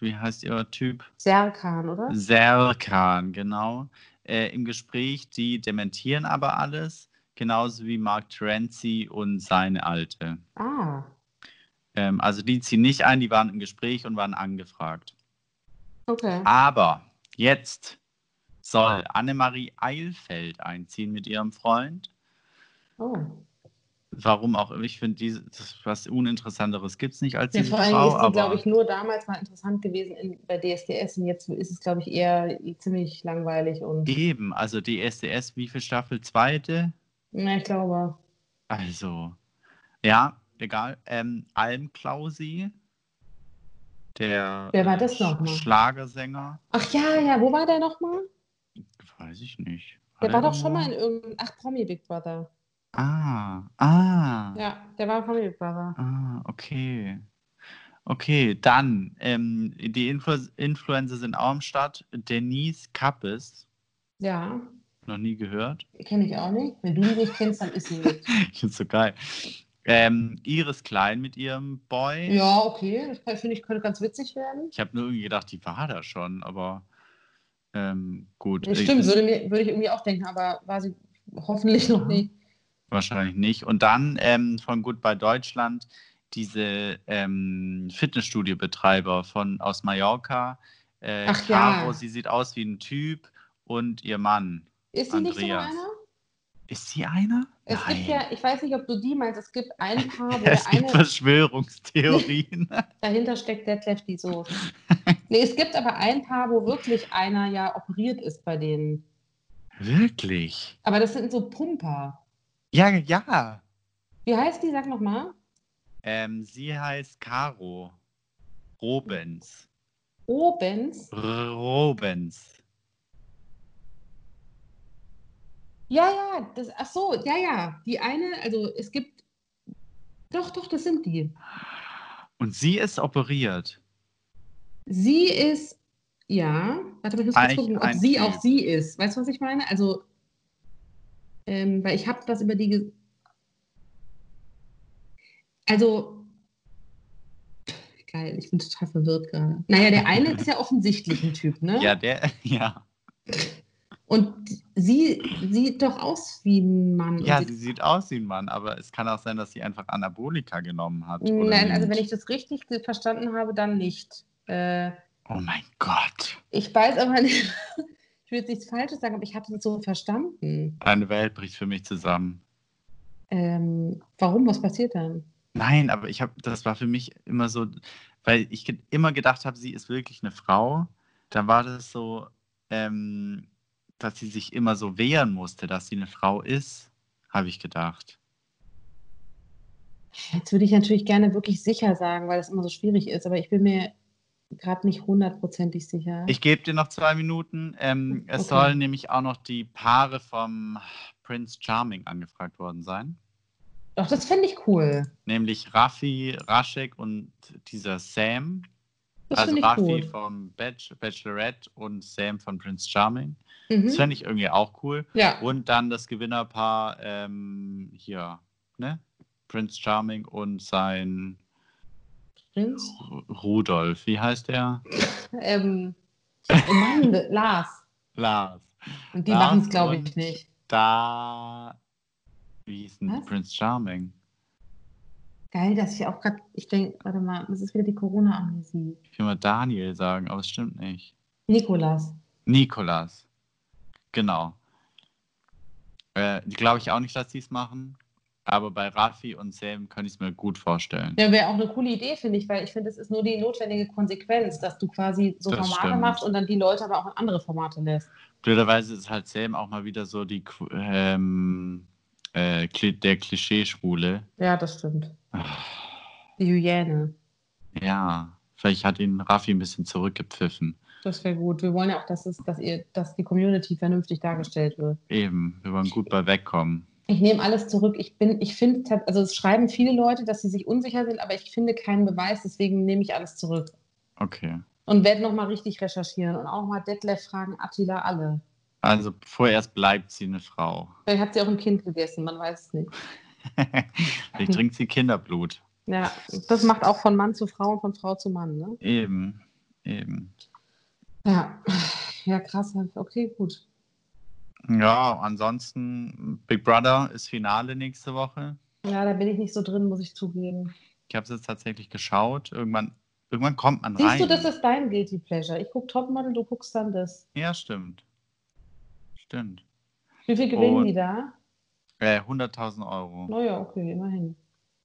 Speaker 3: wie heißt ihr Typ?
Speaker 2: Serkan,
Speaker 3: Mhm.
Speaker 2: oder?
Speaker 3: Serkan, genau. Äh, Im Gespräch, die dementieren aber alles, genauso wie Mark Terenzi und seine Alte.
Speaker 2: Ah,
Speaker 3: Ähm, also die ziehen nicht ein, die waren im Gespräch und waren angefragt.
Speaker 2: okay.
Speaker 3: Ah. Aber jetzt soll Annemarie Eilfeld einziehen mit ihrem Freund.
Speaker 2: Oh.
Speaker 3: Warum auch immer. Ich finde, was Uninteressanteres gibt es nicht als
Speaker 2: Ja,
Speaker 3: diese
Speaker 2: vor allem
Speaker 3: Frau.
Speaker 2: ist sie,
Speaker 3: aber
Speaker 2: glaube ich, nur damals mal interessant gewesen in, bei DSDS und jetzt ist es, glaube ich, eher ziemlich langweilig und.
Speaker 3: eben, also die SDS, wie viel Staffel? Zweite?
Speaker 2: Na, ich glaube.
Speaker 3: Also, ja, egal. Ähm, Alm Klausi, der
Speaker 2: Wer war
Speaker 3: äh,
Speaker 2: das
Speaker 3: Sch-
Speaker 2: nochmal?
Speaker 3: Schlagersänger,
Speaker 2: Ach ja, ja, wo war der nochmal?
Speaker 3: weiß ich nicht.
Speaker 2: Der war doch schon mal in irgendeinem. Ach, Promi Big Brother.
Speaker 3: Ah, ah,
Speaker 2: Ja, der war Promi Big Brother.
Speaker 3: ah, okay. Okay, dann, ähm, die Influ Influencer sind auch am Start. Denise Kappes,
Speaker 2: Ja,
Speaker 3: noch nie gehört. *laughs*
Speaker 2: kenne ich auch nicht. Wenn du die nicht kennst, dann ist sie nicht. *laughs*
Speaker 3: Ich find's so geil. Ähm, Iris Klein mit ihrem Boy.
Speaker 2: ja, okay. Das kann- finde ich, könnte ganz witzig werden.
Speaker 3: Ich habe nur irgendwie gedacht, die war da schon, aber ähm, gut.
Speaker 2: Ja,
Speaker 3: Ich-
Speaker 2: stimmt, würde, mir, würde ich irgendwie auch denken, aber war sie hoffentlich noch nicht.
Speaker 3: Wahrscheinlich nicht. Und dann ähm, von Goodbye Deutschland diese ähm, Fitnessstudio-Betreiber von, aus Mallorca. Äh,
Speaker 2: Ach ja.
Speaker 3: Caro, sie sieht aus wie ein Typ und ihr Mann.
Speaker 2: Ist sie nicht so
Speaker 3: Andreas.
Speaker 2: einer?
Speaker 3: Ist sie einer?
Speaker 2: Es
Speaker 3: Nein.
Speaker 2: gibt
Speaker 3: *laughs*
Speaker 2: ja, ich weiß nicht, ob du die meinst, es gibt ein Paar, wo
Speaker 3: es
Speaker 2: der
Speaker 3: gibt
Speaker 2: eine
Speaker 3: Verschwörungstheorien.
Speaker 2: *laughs* dahinter steckt, Detlef die
Speaker 3: *laughs*
Speaker 2: so. Nee, es gibt aber ein Paar, wo wirklich einer ja operiert ist bei denen.
Speaker 3: Wirklich?
Speaker 2: Aber das sind so Pumper.
Speaker 3: Ja, ja.
Speaker 2: Wie heißt die? Sag nochmal.
Speaker 3: Ähm, sie heißt Caro Robens.
Speaker 2: Robens.
Speaker 3: Robens.
Speaker 2: Ja, ja, das, ach so, ja, ja. Die eine, also es gibt. Doch, doch, das sind die.
Speaker 3: Und sie ist operiert.
Speaker 2: Sie ist, ja, warte mal, ich muss
Speaker 3: Ein-
Speaker 2: kurz gucken, ob
Speaker 3: ein
Speaker 2: sie
Speaker 3: Typ.
Speaker 2: auch sie ist. Weißt du, was ich meine? Also, ähm, weil ich habe was über die. ge- Also, geil, ich bin total verwirrt gerade. Naja, der eine ist ja offensichtlich ein Typ, ne?
Speaker 3: Ja, der, *laughs* ja.
Speaker 2: Und sie sieht doch aus wie ein Mann. und
Speaker 3: Ja,
Speaker 2: sieht-
Speaker 3: sie sieht aus wie ein Mann, aber es kann auch sein, dass sie einfach Anabolika genommen hat. oder
Speaker 2: Nein, also
Speaker 3: nimmt.
Speaker 2: wenn ich das richtig ge- verstanden habe, dann nicht. Äh,
Speaker 3: Oh mein Gott.
Speaker 2: ich weiß aber nicht, *laughs* ich will jetzt nichts Falsches sagen, aber ich hatte es so verstanden.
Speaker 3: Deine Welt bricht für mich zusammen.
Speaker 2: Ähm, warum? Was passiert dann?
Speaker 3: Nein, aber ich habe, das war für mich immer so, weil ich ge immer gedacht habe, sie ist wirklich eine Frau. Dann war das so, ähm, dass sie sich immer so wehren musste, dass sie eine Frau ist, habe ich gedacht.
Speaker 2: Jetzt würde ich natürlich gerne wirklich sicher sagen, weil das immer so schwierig ist, aber ich bin mir gerade nicht hundertprozentig sicher.
Speaker 3: Ich gebe dir noch zwei Minuten. Ähm,
Speaker 2: Oh,
Speaker 3: es
Speaker 2: Okay.
Speaker 3: sollen nämlich auch noch die Paare vom Prince Charming angefragt worden sein.
Speaker 2: Doch, das fände ich cool.
Speaker 3: nämlich Raffi, Raschek und dieser Sam.
Speaker 2: Das
Speaker 3: also
Speaker 2: finde ich
Speaker 3: Raffi
Speaker 2: gut.
Speaker 3: vom Bach- Bachelorette und Sam von Prince Charming. Das
Speaker 2: Mhm.
Speaker 3: fände ich irgendwie auch cool.
Speaker 2: Ja.
Speaker 3: Und dann das Gewinnerpaar ähm, hier, ne? Prince Charming und sein
Speaker 2: Prinz?
Speaker 3: Ru- Rudolf. Wie heißt der?
Speaker 2: Ähm, oh Mann, *laughs* Lars.
Speaker 3: Lars.
Speaker 2: Und die
Speaker 3: Lars
Speaker 2: machen es, glaube ich,
Speaker 3: und-
Speaker 2: nicht.
Speaker 3: Da. Wie hieß denn
Speaker 2: Was?
Speaker 3: Prince Charming?
Speaker 2: Geil, dass ich auch gerade, ich denke, warte mal, das ist wieder die Corona-Amnesie.
Speaker 3: Ich will mal Daniel sagen, aber es stimmt nicht.
Speaker 2: Nikolas.
Speaker 3: Nikolas. Genau. Äh, Glaube ich auch nicht, dass die es machen. Aber bei Rafi und Sam könnte ich es mir gut vorstellen.
Speaker 2: Ja, wäre auch eine coole Idee, finde ich, weil ich finde, es ist nur die notwendige Konsequenz, dass du quasi so
Speaker 3: Das
Speaker 2: Formate
Speaker 3: stimmt.
Speaker 2: machst und dann die Leute aber auch in andere Formate lässt.
Speaker 3: Blöderweise ist halt Sam auch mal wieder so die, Qu- ähm, äh, Kli- der Klischee-Schwule.
Speaker 2: Ja, das stimmt.
Speaker 3: Ah,
Speaker 2: Die Hyäne.
Speaker 3: Ja, vielleicht hat ihn Raffi ein bisschen zurückgepfiffen.
Speaker 2: Das wäre gut. Wir wollen ja auch, dass, es, dass, ihr, dass die Community vernünftig dargestellt wird.
Speaker 3: Eben, wir wollen gut bei wegkommen.
Speaker 2: Ich nehme alles zurück. Ich bin, ich finde, tat- also es schreiben viele Leute, dass sie sich unsicher sind, aber ich finde keinen Beweis, deswegen nehme ich alles zurück.
Speaker 3: Okay.
Speaker 2: Und werde nochmal richtig recherchieren und auch mal Detlef fragen, Attila alle.
Speaker 3: Also vorerst bleibt sie eine Frau. *laughs*
Speaker 2: Vielleicht hat sie auch ein Kind gegessen, man weiß es nicht.
Speaker 3: Vielleicht trinkt sie Kinderblut.
Speaker 2: Ja, das macht auch von Mann zu Frau und von Frau zu Mann, ne?
Speaker 3: Eben, eben.
Speaker 2: Ja, ja krass. Okay, gut.
Speaker 3: Ja, ansonsten, Big Brother ist Finale nächste Woche.
Speaker 2: Ja, da bin ich nicht so drin, muss ich zugeben.
Speaker 3: Ich habe es jetzt tatsächlich geschaut. Irgendwann, irgendwann kommt man
Speaker 2: Siehst
Speaker 3: rein.
Speaker 2: du, das ist dein Guilty Pleasure. Ich gucke Topmodel, du guckst dann das.
Speaker 3: ja, stimmt. Stimmt.
Speaker 2: Wie viel gewinnen
Speaker 3: Und-
Speaker 2: die da?
Speaker 3: Äh, 100.000 Euro.
Speaker 2: Naja, okay, immerhin.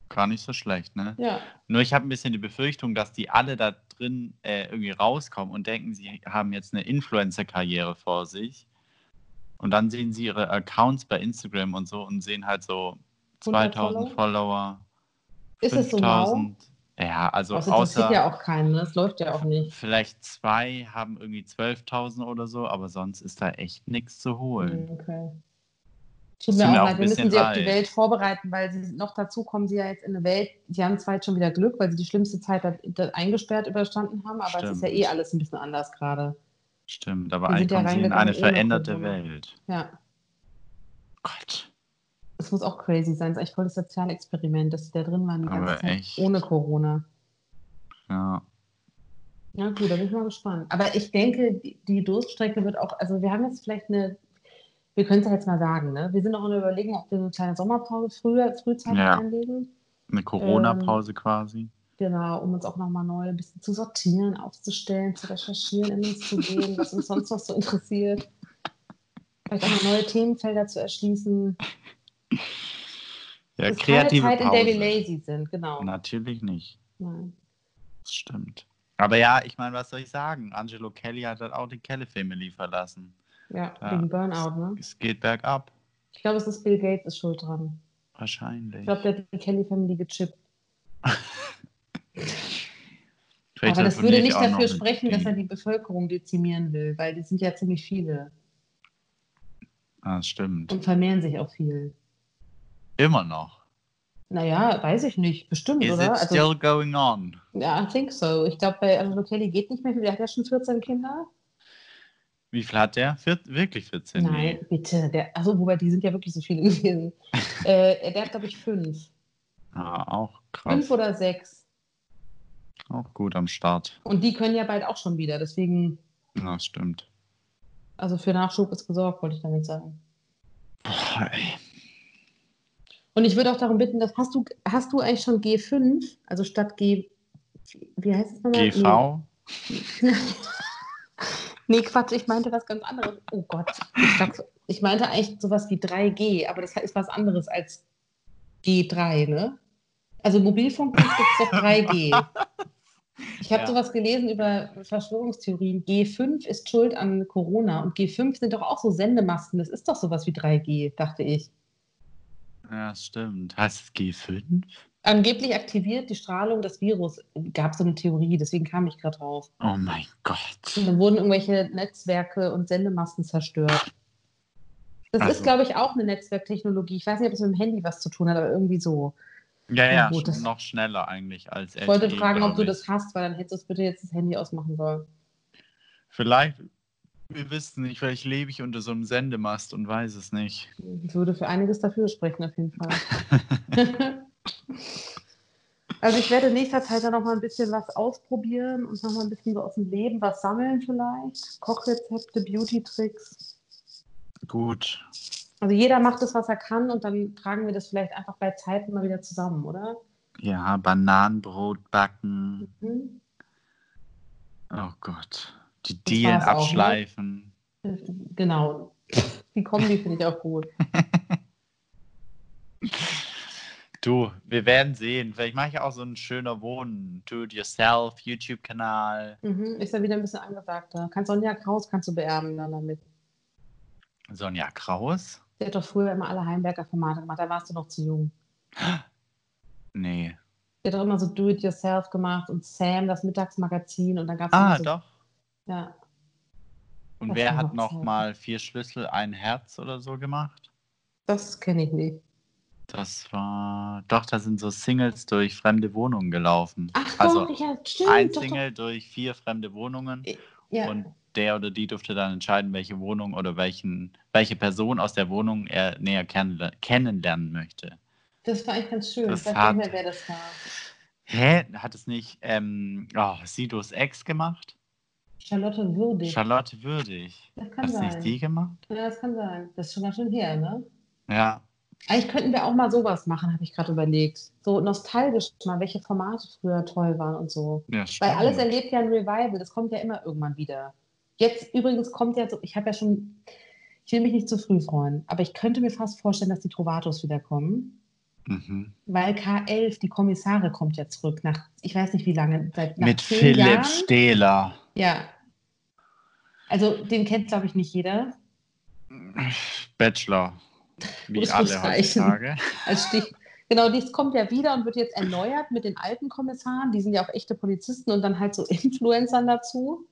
Speaker 3: Gar nicht so schlecht, ne?
Speaker 2: Ja,
Speaker 3: Nur ich habe ein bisschen die Befürchtung, dass die alle da drin äh, irgendwie rauskommen und denken, sie haben jetzt eine Influencer-Karriere vor sich. Und dann sehen sie ihre Accounts bei Instagram und so und sehen halt so
Speaker 2: 100
Speaker 3: 2000 Follower,
Speaker 2: ist es so mau?
Speaker 3: 5000. Ja,
Speaker 2: Also,
Speaker 3: also
Speaker 2: das sieht
Speaker 3: außer
Speaker 2: ja auch keinen, ne? das läuft ja auch nicht.
Speaker 3: vielleicht zwei haben irgendwie 12.000 oder so, aber sonst ist da echt nichts zu holen.
Speaker 2: Hm, Okay. Tut
Speaker 3: Tut
Speaker 2: mir
Speaker 3: mir
Speaker 2: auch
Speaker 3: auch
Speaker 2: leid,
Speaker 3: ein
Speaker 2: wir müssen
Speaker 3: bisschen
Speaker 2: sie auf die
Speaker 3: leid.
Speaker 2: Welt vorbereiten, weil sie noch dazu kommen sie ja jetzt in eine Welt, die haben zwar jetzt schon wieder Glück, weil sie die schlimmste Zeit da, da eingesperrt überstanden haben, aber es ist ja
Speaker 3: Stimmt.
Speaker 2: eh alles ein bisschen anders gerade.
Speaker 3: Stimmt, aber
Speaker 2: Wir
Speaker 3: eigentlich
Speaker 2: sind ja
Speaker 3: kommen sie in
Speaker 2: reingegangen
Speaker 3: eine
Speaker 2: ohne
Speaker 3: veränderte
Speaker 2: Corona.
Speaker 3: Welt.
Speaker 2: Ja.
Speaker 3: Gott.
Speaker 2: Es muss auch crazy sein. Es ist echt voll das Sozialexperiment, dass sie da drin waren die ganze
Speaker 3: Aber
Speaker 2: Zeit
Speaker 3: echt.
Speaker 2: ohne Corona.
Speaker 3: Ja.
Speaker 2: Na gut, da bin ich mal gespannt. Aber ich denke, die- die Durststrecke wird auch, also wir haben jetzt vielleicht eine, wir können es ja jetzt mal sagen, ne? Wir sind noch in der Überlegung, ob wir eine kleine Sommerpause früher, frühzeitig
Speaker 3: Ja.
Speaker 2: einlegen.
Speaker 3: Eine Corona-Pause
Speaker 2: Ähm,
Speaker 3: quasi.
Speaker 2: Genau, um uns auch nochmal neu ein bisschen zu sortieren, aufzustellen, zu recherchieren, in uns zu gehen, was uns sonst noch so interessiert. Vielleicht auch mal neue Themenfelder zu erschließen.
Speaker 3: Ja,
Speaker 2: Es ist
Speaker 3: kreative
Speaker 2: keine Zeit,
Speaker 3: Pause.
Speaker 2: in der wir lazy sind, genau.
Speaker 3: Natürlich nicht.
Speaker 2: Nein.
Speaker 3: Das stimmt. Aber ja, ich meine, was soll ich sagen? Angelo Kelly hat halt auch die Kelly Family verlassen.
Speaker 2: Ja,
Speaker 3: Ja.
Speaker 2: wegen Burnout, ne?
Speaker 3: Es geht bergab.
Speaker 2: Ich glaube, es ist Bill Gates ist schuld dran.
Speaker 3: Wahrscheinlich.
Speaker 2: Ich glaube, der hat die Kelly-Family gechippt.
Speaker 3: Vielleicht
Speaker 2: Aber das
Speaker 3: telefoniere
Speaker 2: würde
Speaker 3: ich
Speaker 2: nicht
Speaker 3: auch noch
Speaker 2: dafür
Speaker 3: mit
Speaker 2: sprechen,
Speaker 3: ihm.
Speaker 2: dass er die Bevölkerung dezimieren will, weil die sind ja ziemlich viele
Speaker 3: Ah, das stimmt.
Speaker 2: und vermehren sich auch viel.
Speaker 3: Immer noch.
Speaker 2: Naja, weiß ich nicht, bestimmt,
Speaker 3: Is
Speaker 2: oder?
Speaker 3: it
Speaker 2: Also,
Speaker 3: still going on?
Speaker 2: ja, I think so. Ich glaube, bei Angelo Kelly geht nicht mehr viel. Der hat ja schon 14 Kinder.
Speaker 3: Wie viel hat der? Vier, wirklich 14?
Speaker 2: Nein,
Speaker 3: Nee.
Speaker 2: bitte. Der, also, wobei, die sind ja wirklich so viele *laughs* gewesen. äh, der hat, glaube ich, fünf.
Speaker 3: Ah, auch
Speaker 2: Fünf
Speaker 3: krass.
Speaker 2: oder sechs.
Speaker 3: Auch gut am Start.
Speaker 2: Und die können ja bald auch schon wieder. Deswegen,
Speaker 3: Ja, das stimmt.
Speaker 2: also für Nachschub ist gesorgt, wollte ich damit sagen.
Speaker 3: Boah, ey.
Speaker 2: Und ich würde auch darum bitten, dass hast du, hast du eigentlich schon G5, also statt G, wie heißt es nochmal?
Speaker 3: GV?
Speaker 2: Nee. nee, Quatsch, ich meinte was ganz anderes. Oh Gott, ich, sag's- ich meinte eigentlich sowas wie 3G, aber das ist was anderes als G3, ne? Also Mobilfunk gibt es doch 3G. Ich habe
Speaker 3: Ja.
Speaker 2: sowas gelesen über Verschwörungstheorien. G5 ist schuld an Corona und G5 sind doch auch so Sendemasten. Das ist doch sowas wie 3G, dachte ich.
Speaker 3: Ja, das stimmt. Heißt es G5?
Speaker 2: Angeblich aktiviert die Strahlung das Virus. Gab so eine Theorie, deswegen kam ich gerade drauf.
Speaker 3: Oh mein
Speaker 2: Und
Speaker 3: Gott.
Speaker 2: dann wurden irgendwelche Netzwerke und Sendemasten zerstört. Das
Speaker 3: Also-
Speaker 2: ist, glaube ich, auch eine Netzwerktechnologie. Ich weiß nicht, ob es mit dem Handy was zu tun hat, aber irgendwie so.
Speaker 3: Ja, ja,
Speaker 2: gut, das-
Speaker 3: noch schneller eigentlich als
Speaker 2: Ich wollte
Speaker 3: LTE,
Speaker 2: fragen, ob
Speaker 3: glaub
Speaker 2: du
Speaker 3: ich.
Speaker 2: das hast, weil dann hättest du es bitte jetzt das Handy ausmachen sollen.
Speaker 3: Vielleicht, wir wissen nicht, vielleicht lebe ich unter so einem Sendemast und weiß es nicht.
Speaker 2: Ich würde für einiges dafür sprechen, auf jeden
Speaker 3: *laughs*
Speaker 2: Fall. also ich werde in nächster Zeit dann nochmal ein bisschen was ausprobieren und nochmal ein bisschen so aus dem Leben was sammeln vielleicht. Kochrezepte, Beauty-Tricks.
Speaker 3: Gut.
Speaker 2: Also jeder macht das, was er kann und dann tragen wir das vielleicht einfach bei Zeiten mal wieder zusammen, oder?
Speaker 3: Ja, Bananenbrot backen.
Speaker 2: Mhm.
Speaker 3: Oh Gott. Die
Speaker 2: Das
Speaker 3: Dielen
Speaker 2: war's auch, ne?
Speaker 3: abschleifen.
Speaker 2: Genau. Die Kombi finde ich auch gut.
Speaker 3: Du, wir werden sehen. Vielleicht mache ich auch so ein schöner Wohnen. Do-it-yourself, YouTube-Kanal.
Speaker 2: Mhm. Ist ja wieder ein bisschen angesagter. Kannst Sonja Kraus kannst du beerben dann damit.
Speaker 3: Sonja Kraus?
Speaker 2: Der hat doch früher immer alle Heimwerker-Formate gemacht. Da warst du noch zu jung.
Speaker 3: Nee.
Speaker 2: Der hat doch immer so Do-It-Yourself gemacht und Sam, das Mittagsmagazin. Und dann gab es
Speaker 3: Ah,
Speaker 2: so,
Speaker 3: doch.
Speaker 2: Ja.
Speaker 3: Und
Speaker 2: Das
Speaker 3: wer
Speaker 2: kann
Speaker 3: hat
Speaker 2: auch
Speaker 3: noch
Speaker 2: sein.
Speaker 3: mal vier Schlüssel, ein Herz oder so gemacht?
Speaker 2: Das kenne ich nicht.
Speaker 3: Das war. Doch, da sind so Singles durch fremde Wohnungen gelaufen.
Speaker 2: Ach,
Speaker 3: also
Speaker 2: doch, ja, stimmt.
Speaker 3: ein
Speaker 2: doch,
Speaker 3: Single durch vier fremde Wohnungen.
Speaker 2: doch. Ja.
Speaker 3: Und der oder die durfte dann entscheiden, welche Wohnung oder welchen, welche Person aus der Wohnung er näher kennenler kennenlernen möchte.
Speaker 2: das war eigentlich ganz schön.
Speaker 3: Das
Speaker 2: ich weiß
Speaker 3: hat-
Speaker 2: nicht mehr, wer das war.
Speaker 3: Hä? Hat es nicht ähm, oh, Sidos Ex gemacht?
Speaker 2: Charlotte Würdig.
Speaker 3: Charlotte Würdig.
Speaker 2: das kann
Speaker 3: Hat es
Speaker 2: sein.
Speaker 3: nicht die gemacht?
Speaker 2: Ja, das kann sein. Das ist schon ganz schön her, ne?
Speaker 3: Ja.
Speaker 2: Eigentlich könnten wir auch mal sowas machen, habe ich gerade überlegt. So nostalgisch mal, welche Formate früher toll waren und so.
Speaker 3: ja
Speaker 2: Weil alles
Speaker 3: stimmt.
Speaker 2: erlebt ja ein Revival, das kommt ja immer irgendwann wieder. Jetzt übrigens kommt ja so, ich habe ja schon, ich will mich nicht zu früh freuen, aber ich könnte mir fast vorstellen, dass die Trovatos wiederkommen,
Speaker 3: mhm.
Speaker 2: weil K11, die Kommissare, kommt ja zurück nach, ich weiß nicht wie lange, seit nach
Speaker 3: Mit
Speaker 2: zehn
Speaker 3: Philipp
Speaker 2: Jahren.
Speaker 3: Stehler.
Speaker 2: Ja. Also den kennt, glaube ich, nicht jeder
Speaker 3: Bachelor. Wie
Speaker 2: Muss
Speaker 3: alle
Speaker 2: nicht reichen.
Speaker 3: heutzutage.
Speaker 2: als Stich. Genau, dies kommt ja wieder und wird jetzt erneuert mit den alten Kommissaren. Die sind ja auch echte Polizisten und dann halt so *laughs* Influencern dazu.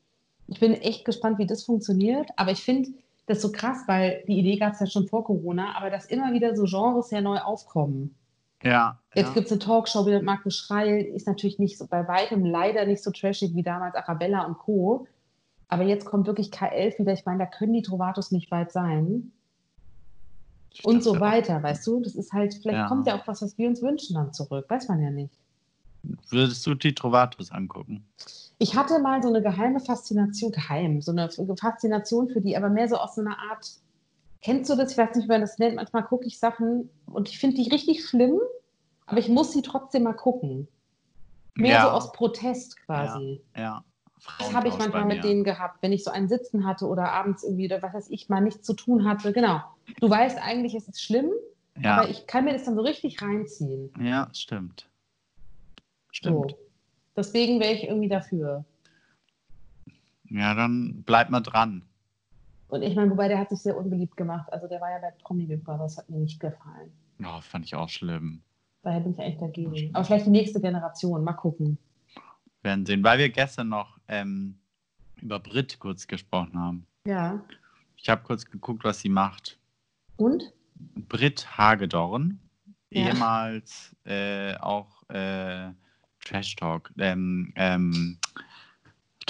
Speaker 2: Ich bin echt gespannt, wie das funktioniert. Aber ich finde das so krass, weil die Idee gab es ja schon vor Corona, aber dass immer wieder so Genres ja neu aufkommen.
Speaker 3: Ja.
Speaker 2: Jetzt
Speaker 3: ja.
Speaker 2: gibt es eine Talkshow wieder mit Marc Schreil, ist natürlich nicht so, bei weitem leider nicht so trashig wie damals Arabella und Co. Aber jetzt kommt wirklich K11 wieder. Ich meine, da können die Trovatos nicht weit sein
Speaker 3: Ich
Speaker 2: und so
Speaker 3: dachte auch,
Speaker 2: weiter, weißt du? Das ist halt, vielleicht
Speaker 3: Ja.
Speaker 2: kommt ja auch was, was wir uns wünschen dann zurück, weiß man ja nicht.
Speaker 3: Würdest du die Trovatos angucken?
Speaker 2: Ich hatte mal so eine geheime Faszination, geheim, so eine Faszination für die, aber mehr so aus so einer Art, kennst du das? Ich weiß nicht, wie man das nennt, manchmal gucke ich Sachen und ich finde die richtig schlimm, aber ich muss sie trotzdem mal gucken. Mehr so aus Protest quasi.
Speaker 3: ja.
Speaker 2: Das habe ich
Speaker 3: Frauentausch
Speaker 2: manchmal
Speaker 3: bei
Speaker 2: mit
Speaker 3: mir.
Speaker 2: denen gehabt, wenn ich so einen Sitzen hatte oder abends irgendwie oder was weiß ich mal nichts zu tun hatte. Genau. Du weißt eigentlich, es ist schlimm,
Speaker 3: Ja,
Speaker 2: aber ich kann mir das dann so richtig reinziehen.
Speaker 3: ja stimmt. Stimmt.
Speaker 2: So. Deswegen wäre ich irgendwie dafür.
Speaker 3: Ja, dann bleibt mal dran.
Speaker 2: Und ich meine, wobei der hat sich sehr unbeliebt gemacht. Also der war ja bei Promi Big Brother, das hat mir nicht gefallen.
Speaker 3: Ja, fand ich auch schlimm.
Speaker 2: Daher bin ich echt dagegen. Aber vielleicht die nächste Generation, mal gucken.
Speaker 3: Werden sehen. Weil wir gestern noch ähm, über Brit kurz gesprochen haben.
Speaker 2: Ja.
Speaker 3: Ich habe kurz geguckt, was sie macht.
Speaker 2: Und?
Speaker 3: Brit Hagedorn,
Speaker 2: Ja.
Speaker 3: ehemals äh, auch äh, Trash Talk, ähm, ähm,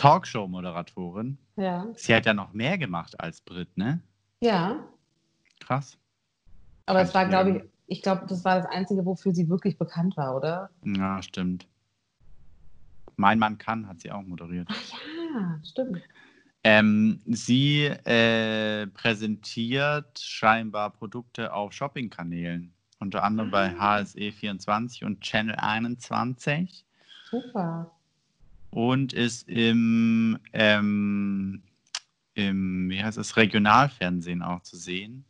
Speaker 3: Talkshow-Moderatorin.
Speaker 2: Ja.
Speaker 3: Sie hat ja noch mehr gemacht als Brit, ne?
Speaker 2: Ja.
Speaker 3: Krass.
Speaker 2: Aber
Speaker 3: Kann
Speaker 2: es war,
Speaker 3: ich
Speaker 2: glaube ich,
Speaker 3: nehmen.
Speaker 2: ich glaube, das war das Einzige, wofür sie wirklich bekannt war, oder?
Speaker 3: Ja, stimmt. Mein Mann kann, hat sie auch moderiert.
Speaker 2: Ach ja, Ah, stimmt.
Speaker 3: Ähm, sie äh, präsentiert scheinbar Produkte auf Shoppingkanälen, unter anderem bei
Speaker 2: Ah.
Speaker 3: HSE24 und Channel 21
Speaker 2: Super.
Speaker 3: und ist im, ähm, im wie heißt es, Regionalfernsehen auch zu sehen,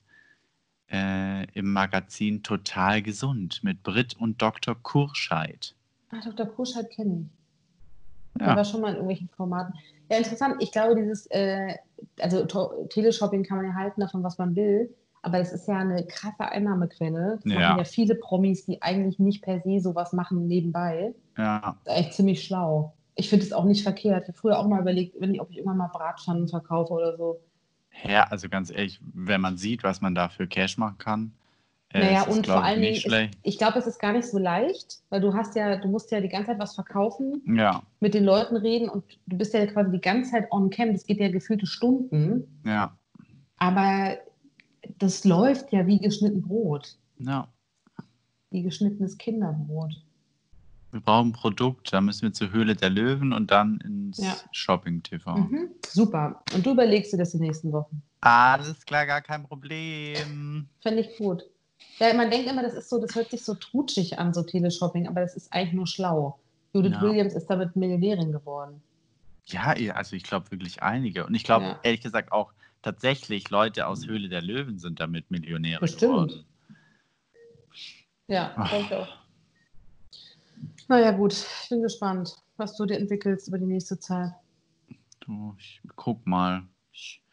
Speaker 3: äh, im Magazin Total Gesund mit Britt und Dr. Kurscheid.
Speaker 2: Ah, Dr. Kuschheit kenne ich.
Speaker 3: Ja.
Speaker 2: Der war schon mal in irgendwelchen Formaten. Ja, interessant. Ich glaube, dieses, äh, also To- Teleshopping kann man ja halten davon, was man will, aber es ist ja eine krasse Einnahmequelle. Das
Speaker 3: Ja.
Speaker 2: machen ja viele Promis, die eigentlich nicht per se sowas machen nebenbei.
Speaker 3: Ja,
Speaker 2: Das ist eigentlich ziemlich schlau. Ich finde es auch nicht verkehrt. Ich habe früher auch mal überlegt, wenn ich, ob ich irgendwann mal Bratpfannen verkaufe oder so.
Speaker 3: ja, also ganz ehrlich, wenn man sieht, was man da für Cash machen kann, äh,
Speaker 2: Naja,
Speaker 3: ist es,
Speaker 2: und
Speaker 3: glaub
Speaker 2: vor
Speaker 3: ich,
Speaker 2: allen Dingen,
Speaker 3: nicht
Speaker 2: ist,
Speaker 3: schlecht.
Speaker 2: ich glaube, es ist gar nicht so leicht, weil du hast ja, du musst ja die ganze Zeit was verkaufen
Speaker 3: Ja,
Speaker 2: mit den Leuten reden und du bist ja quasi die ganze Zeit on cam, das geht ja gefühlte Stunden,
Speaker 3: ja,
Speaker 2: aber das läuft ja wie geschnitten Brot,
Speaker 3: ja.
Speaker 2: wie geschnittenes Kinderbrot.
Speaker 3: Wir brauchen ein Produkt, da müssen wir zur Höhle der Löwen und dann ins
Speaker 2: Ja.
Speaker 3: Shopping-TV.
Speaker 2: Mhm. Super. Und du überlegst dir das die nächsten Wochen.
Speaker 3: Alles klar, gar kein Problem.
Speaker 2: Fände ich gut. Ja, man denkt immer, das ist so, das hört sich so trutschig an, so Teleshopping, aber das ist eigentlich nur schlau. Judith
Speaker 3: Ja.
Speaker 2: Williams ist damit Millionärin geworden.
Speaker 3: Ja, eh, also ich glaube wirklich einige. Und ich glaube,
Speaker 2: Ja.
Speaker 3: ehrlich gesagt, auch tatsächlich Leute aus Höhle der Löwen sind damit Millionäre
Speaker 2: Bestimmt.
Speaker 3: geworden.
Speaker 2: Ja,
Speaker 3: Ach.
Speaker 2: denke ich auch. Naja, gut, ich bin gespannt, was du dir entwickelst über die nächste Zeit.
Speaker 3: Du, ich guck mal. Ich,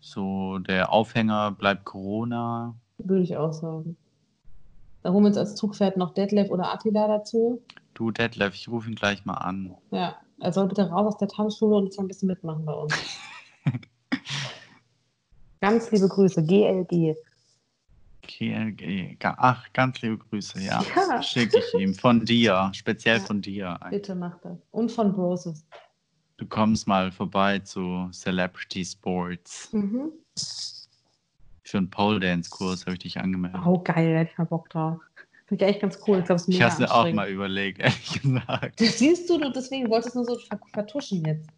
Speaker 3: so, der Aufhänger bleibt Corona.
Speaker 2: Würde ich auch sagen. Da holen wir uns als Zugpferd noch Detlef oder Attila dazu.
Speaker 3: Du, Detlef, ich rufe ihn gleich mal an.
Speaker 2: Ja, er soll bitte raus aus der Tanzschule und jetzt mal ein bisschen mitmachen bei uns. Ganz liebe Grüße, GLG.
Speaker 3: KLG. Ga- Ach, ganz liebe Grüße, ja.
Speaker 2: Ja.
Speaker 3: Schicke ich ihm.
Speaker 2: *laughs*
Speaker 3: Von dir, speziell
Speaker 2: Ja.
Speaker 3: von dir.
Speaker 2: Bitte mach das. Und von Broses.
Speaker 3: Du kommst mal vorbei zu Celebrity Sports.
Speaker 2: Mhm.
Speaker 3: Für einen Pole Dance Kurs habe ich dich angemeldet.
Speaker 2: Oh, geil, da hätte ich mal Bock drauf. Finde ich echt ganz cool. Ich glaube, es ist
Speaker 3: ich
Speaker 2: mega
Speaker 3: habe es mir auch
Speaker 2: anstrengend.
Speaker 3: mal überlegt, *laughs* ehrlich gesagt.
Speaker 2: Das siehst du, du deswegen wolltest du nur so ver- vertuschen jetzt.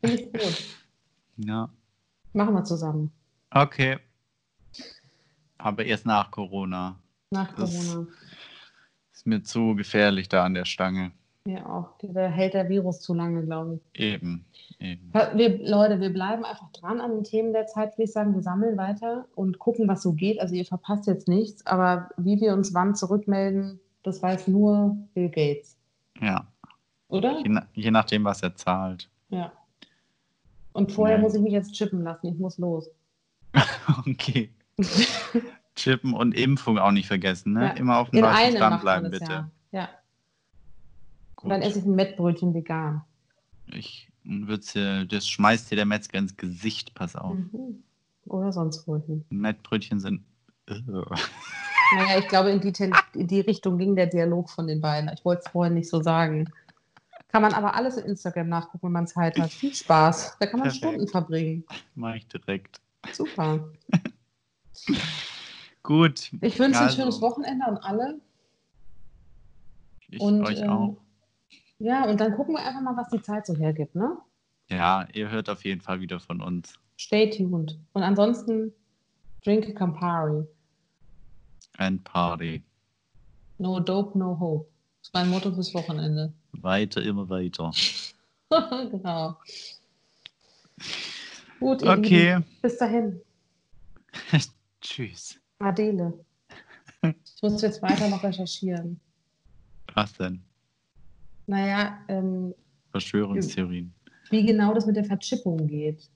Speaker 2: Finde ich gut.
Speaker 3: Ja,
Speaker 2: Machen wir zusammen.
Speaker 3: okay. Aber erst nach Corona.
Speaker 2: Nach
Speaker 3: Das-
Speaker 2: Corona.
Speaker 3: Ist mir zu gefährlich da an der Stange.
Speaker 2: Ja, auch. Da hält der Virus zu lange, glaube ich.
Speaker 3: Eben, eben.
Speaker 2: Wir, Leute, wir bleiben einfach dran an den Themen der Zeit, würde ich sagen. Wir sammeln weiter und gucken, was so geht. Also ihr verpasst jetzt nichts, aber wie wir uns wann zurückmelden, das weiß nur Bill Gates,
Speaker 3: Ja,
Speaker 2: oder?
Speaker 3: je, na, je nachdem, was er zahlt.
Speaker 2: Ja. Und vorher
Speaker 3: Ja.
Speaker 2: muss ich mich jetzt chippen lassen. Ich muss los.
Speaker 3: Okay. Chippen und Impfung auch nicht vergessen, ne?
Speaker 2: Ja.
Speaker 3: Immer auf
Speaker 2: In
Speaker 3: dem neuesten
Speaker 2: einem
Speaker 3: Stand
Speaker 2: macht
Speaker 3: bleiben,
Speaker 2: man das
Speaker 3: bitte.
Speaker 2: ja. Ja. Und
Speaker 3: Gut.
Speaker 2: dann esse ich ein Mettbrötchen vegan.
Speaker 3: Ich würd's dir, das schmeißt dir der Metzger ins Gesicht, pass auf.
Speaker 2: Mhm. Oder sonst wohin.
Speaker 3: Mettbrötchen sind. äh, Ugh.
Speaker 2: Naja, ich glaube, in die, Ten- in die Richtung ging der Dialog von den beiden. Ich wollte es vorher nicht so sagen. Kann man aber alles in Instagram nachgucken, wenn man Zeit hat. Viel Spaß. Da kann man
Speaker 3: Perfekt.
Speaker 2: Stunden verbringen.
Speaker 3: *laughs* Mach ich direkt.
Speaker 2: Super.
Speaker 3: Gut.
Speaker 2: Ich wünsche ein
Speaker 3: Also,
Speaker 2: schönes Wochenende an alle.
Speaker 3: Ich
Speaker 2: und,
Speaker 3: euch
Speaker 2: ähm,
Speaker 3: auch.
Speaker 2: Ja, und dann gucken wir einfach mal, was die Zeit so hergibt. Ne?
Speaker 3: Ja, ihr hört auf jeden Fall wieder von uns.
Speaker 2: Stay tuned. Und ansonsten, drink a Campari.
Speaker 3: Ein Party.
Speaker 2: No dope, no hope. Das ist mein Motto fürs Wochenende. *laughs*
Speaker 3: Weiter, immer weiter.
Speaker 2: genau. Gut, ihr Lieben,
Speaker 3: Okay.
Speaker 2: bis dahin.
Speaker 3: Tschüss.
Speaker 2: Adele. Ich muss jetzt weiter noch recherchieren.
Speaker 3: Was denn?
Speaker 2: Naja, ähm,
Speaker 3: Verschwörungstheorien.
Speaker 2: wie genau das mit der Verchippung geht.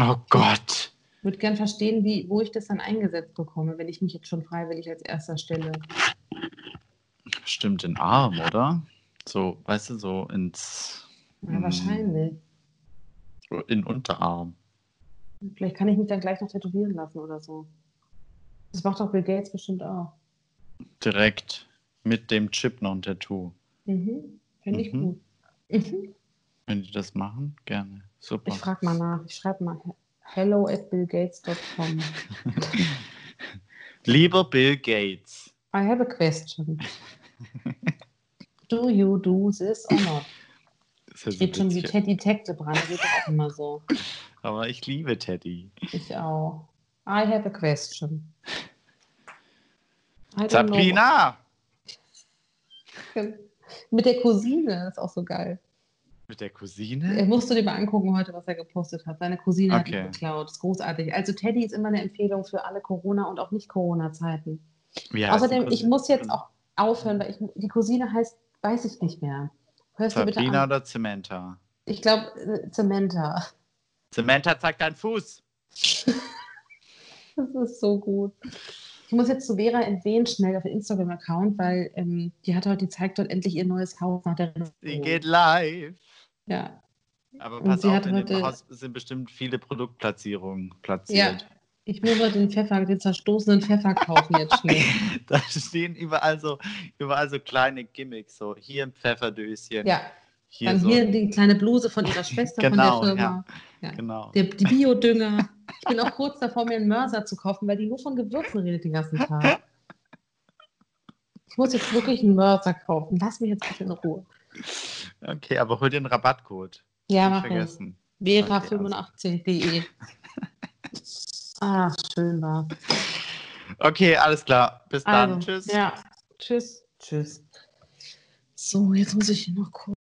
Speaker 3: Oh Gott.
Speaker 2: Ich würde gern verstehen, wie, wo ich das dann eingesetzt bekomme, wenn ich mich jetzt schon freiwillig als erster stelle.
Speaker 3: Stimmt in Arm, oder? So, weißt du, so ins.
Speaker 2: Ja,
Speaker 3: Hm.
Speaker 2: wahrscheinlich.
Speaker 3: In Unterarm.
Speaker 2: Vielleicht kann ich mich dann gleich noch tätowieren lassen oder so. Das macht doch Bill Gates bestimmt auch.
Speaker 3: Direkt mit dem Chip noch ein Tattoo.
Speaker 2: Mhm. Finde ich
Speaker 3: Mhm.
Speaker 2: gut. Mhm.
Speaker 3: Wenn die das machen, gerne. Super.
Speaker 2: Ich frage mal nach. Ich schreibe mal he- hello at billgates.com.
Speaker 3: Lieber Bill Gates,
Speaker 2: I have a
Speaker 3: *laughs*
Speaker 2: question. Do you do this or not?
Speaker 3: das ist ja
Speaker 2: Geht
Speaker 3: so
Speaker 2: schon wie
Speaker 3: witzig.
Speaker 2: Teddy Tecklebrand, geht doch auch immer so.
Speaker 3: aber ich liebe Teddy.
Speaker 2: Ich auch. I have a question. I don't
Speaker 3: Sabrina!
Speaker 2: know. Mit der Cousine, das ist auch so geil.
Speaker 3: Mit der
Speaker 2: Er
Speaker 3: Cousine?
Speaker 2: musst du dir mal angucken heute, was er gepostet hat. Seine Cousine hat
Speaker 3: Okay.
Speaker 2: ihn geklaut. Ist großartig. Also Teddy ist immer eine Empfehlung für alle Corona- und auch Nicht-Corona-Zeiten.
Speaker 3: Wie heißt die
Speaker 2: Außerdem, ich
Speaker 3: Cousine?
Speaker 2: muss jetzt auch aufhören, weil ich, die Cousine heißt, weiß ich nicht mehr. Hörst du bitte
Speaker 3: Sabrina
Speaker 2: an?
Speaker 3: oder Samantha?
Speaker 2: Ich glaube, Samantha.
Speaker 3: Samantha zeigt deinen Fuß.
Speaker 2: Das ist so gut. Ich muss jetzt zu Vera entwählen, schnell auf den Instagram-Account, weil ähm, die hat heute, die zeigt dort endlich ihr neues Haus nach der
Speaker 3: Sie
Speaker 2: Renovierung.
Speaker 3: geht live.
Speaker 2: Ja,
Speaker 3: Aber
Speaker 2: Oh. Und
Speaker 3: pass
Speaker 2: sie
Speaker 3: auf,
Speaker 2: hat
Speaker 3: in dem
Speaker 2: heute-
Speaker 3: Haus sind bestimmt viele Produktplatzierungen
Speaker 2: ja.
Speaker 3: platziert. *laughs*
Speaker 2: Ich will mal den Pfeffer, den zerstoßenen Pfeffer kaufen jetzt
Speaker 3: *laughs*
Speaker 2: schnell.
Speaker 3: Da stehen überall so, überall so kleine Gimmicks. So hier ein Pfefferdöschen,
Speaker 2: Ja,
Speaker 3: hier
Speaker 2: dann
Speaker 3: so.
Speaker 2: hier die kleine Bluse von ihrer Schwester
Speaker 3: Genau,
Speaker 2: von der Firma.
Speaker 3: Genau.
Speaker 2: Der, die Biodünger. Ich bin auch kurz davor, mir einen Mörser zu kaufen, weil die nur von Gewürzen redet den ganzen Tag. Ich muss jetzt wirklich einen Mörser kaufen. Lass mich jetzt bitte in Ruhe.
Speaker 3: Okay, aber hol den Rabattcode.
Speaker 2: Ja,
Speaker 3: Nicht
Speaker 2: mach ich.
Speaker 3: vergessen.
Speaker 2: *laughs* Vera85.de. Ah, schön war.
Speaker 3: Okay, alles klar. Bis dann.
Speaker 2: Also,
Speaker 3: Tschüss.
Speaker 2: Ja. Tschüss. Tschüss. So, jetzt muss ich hier noch gucken.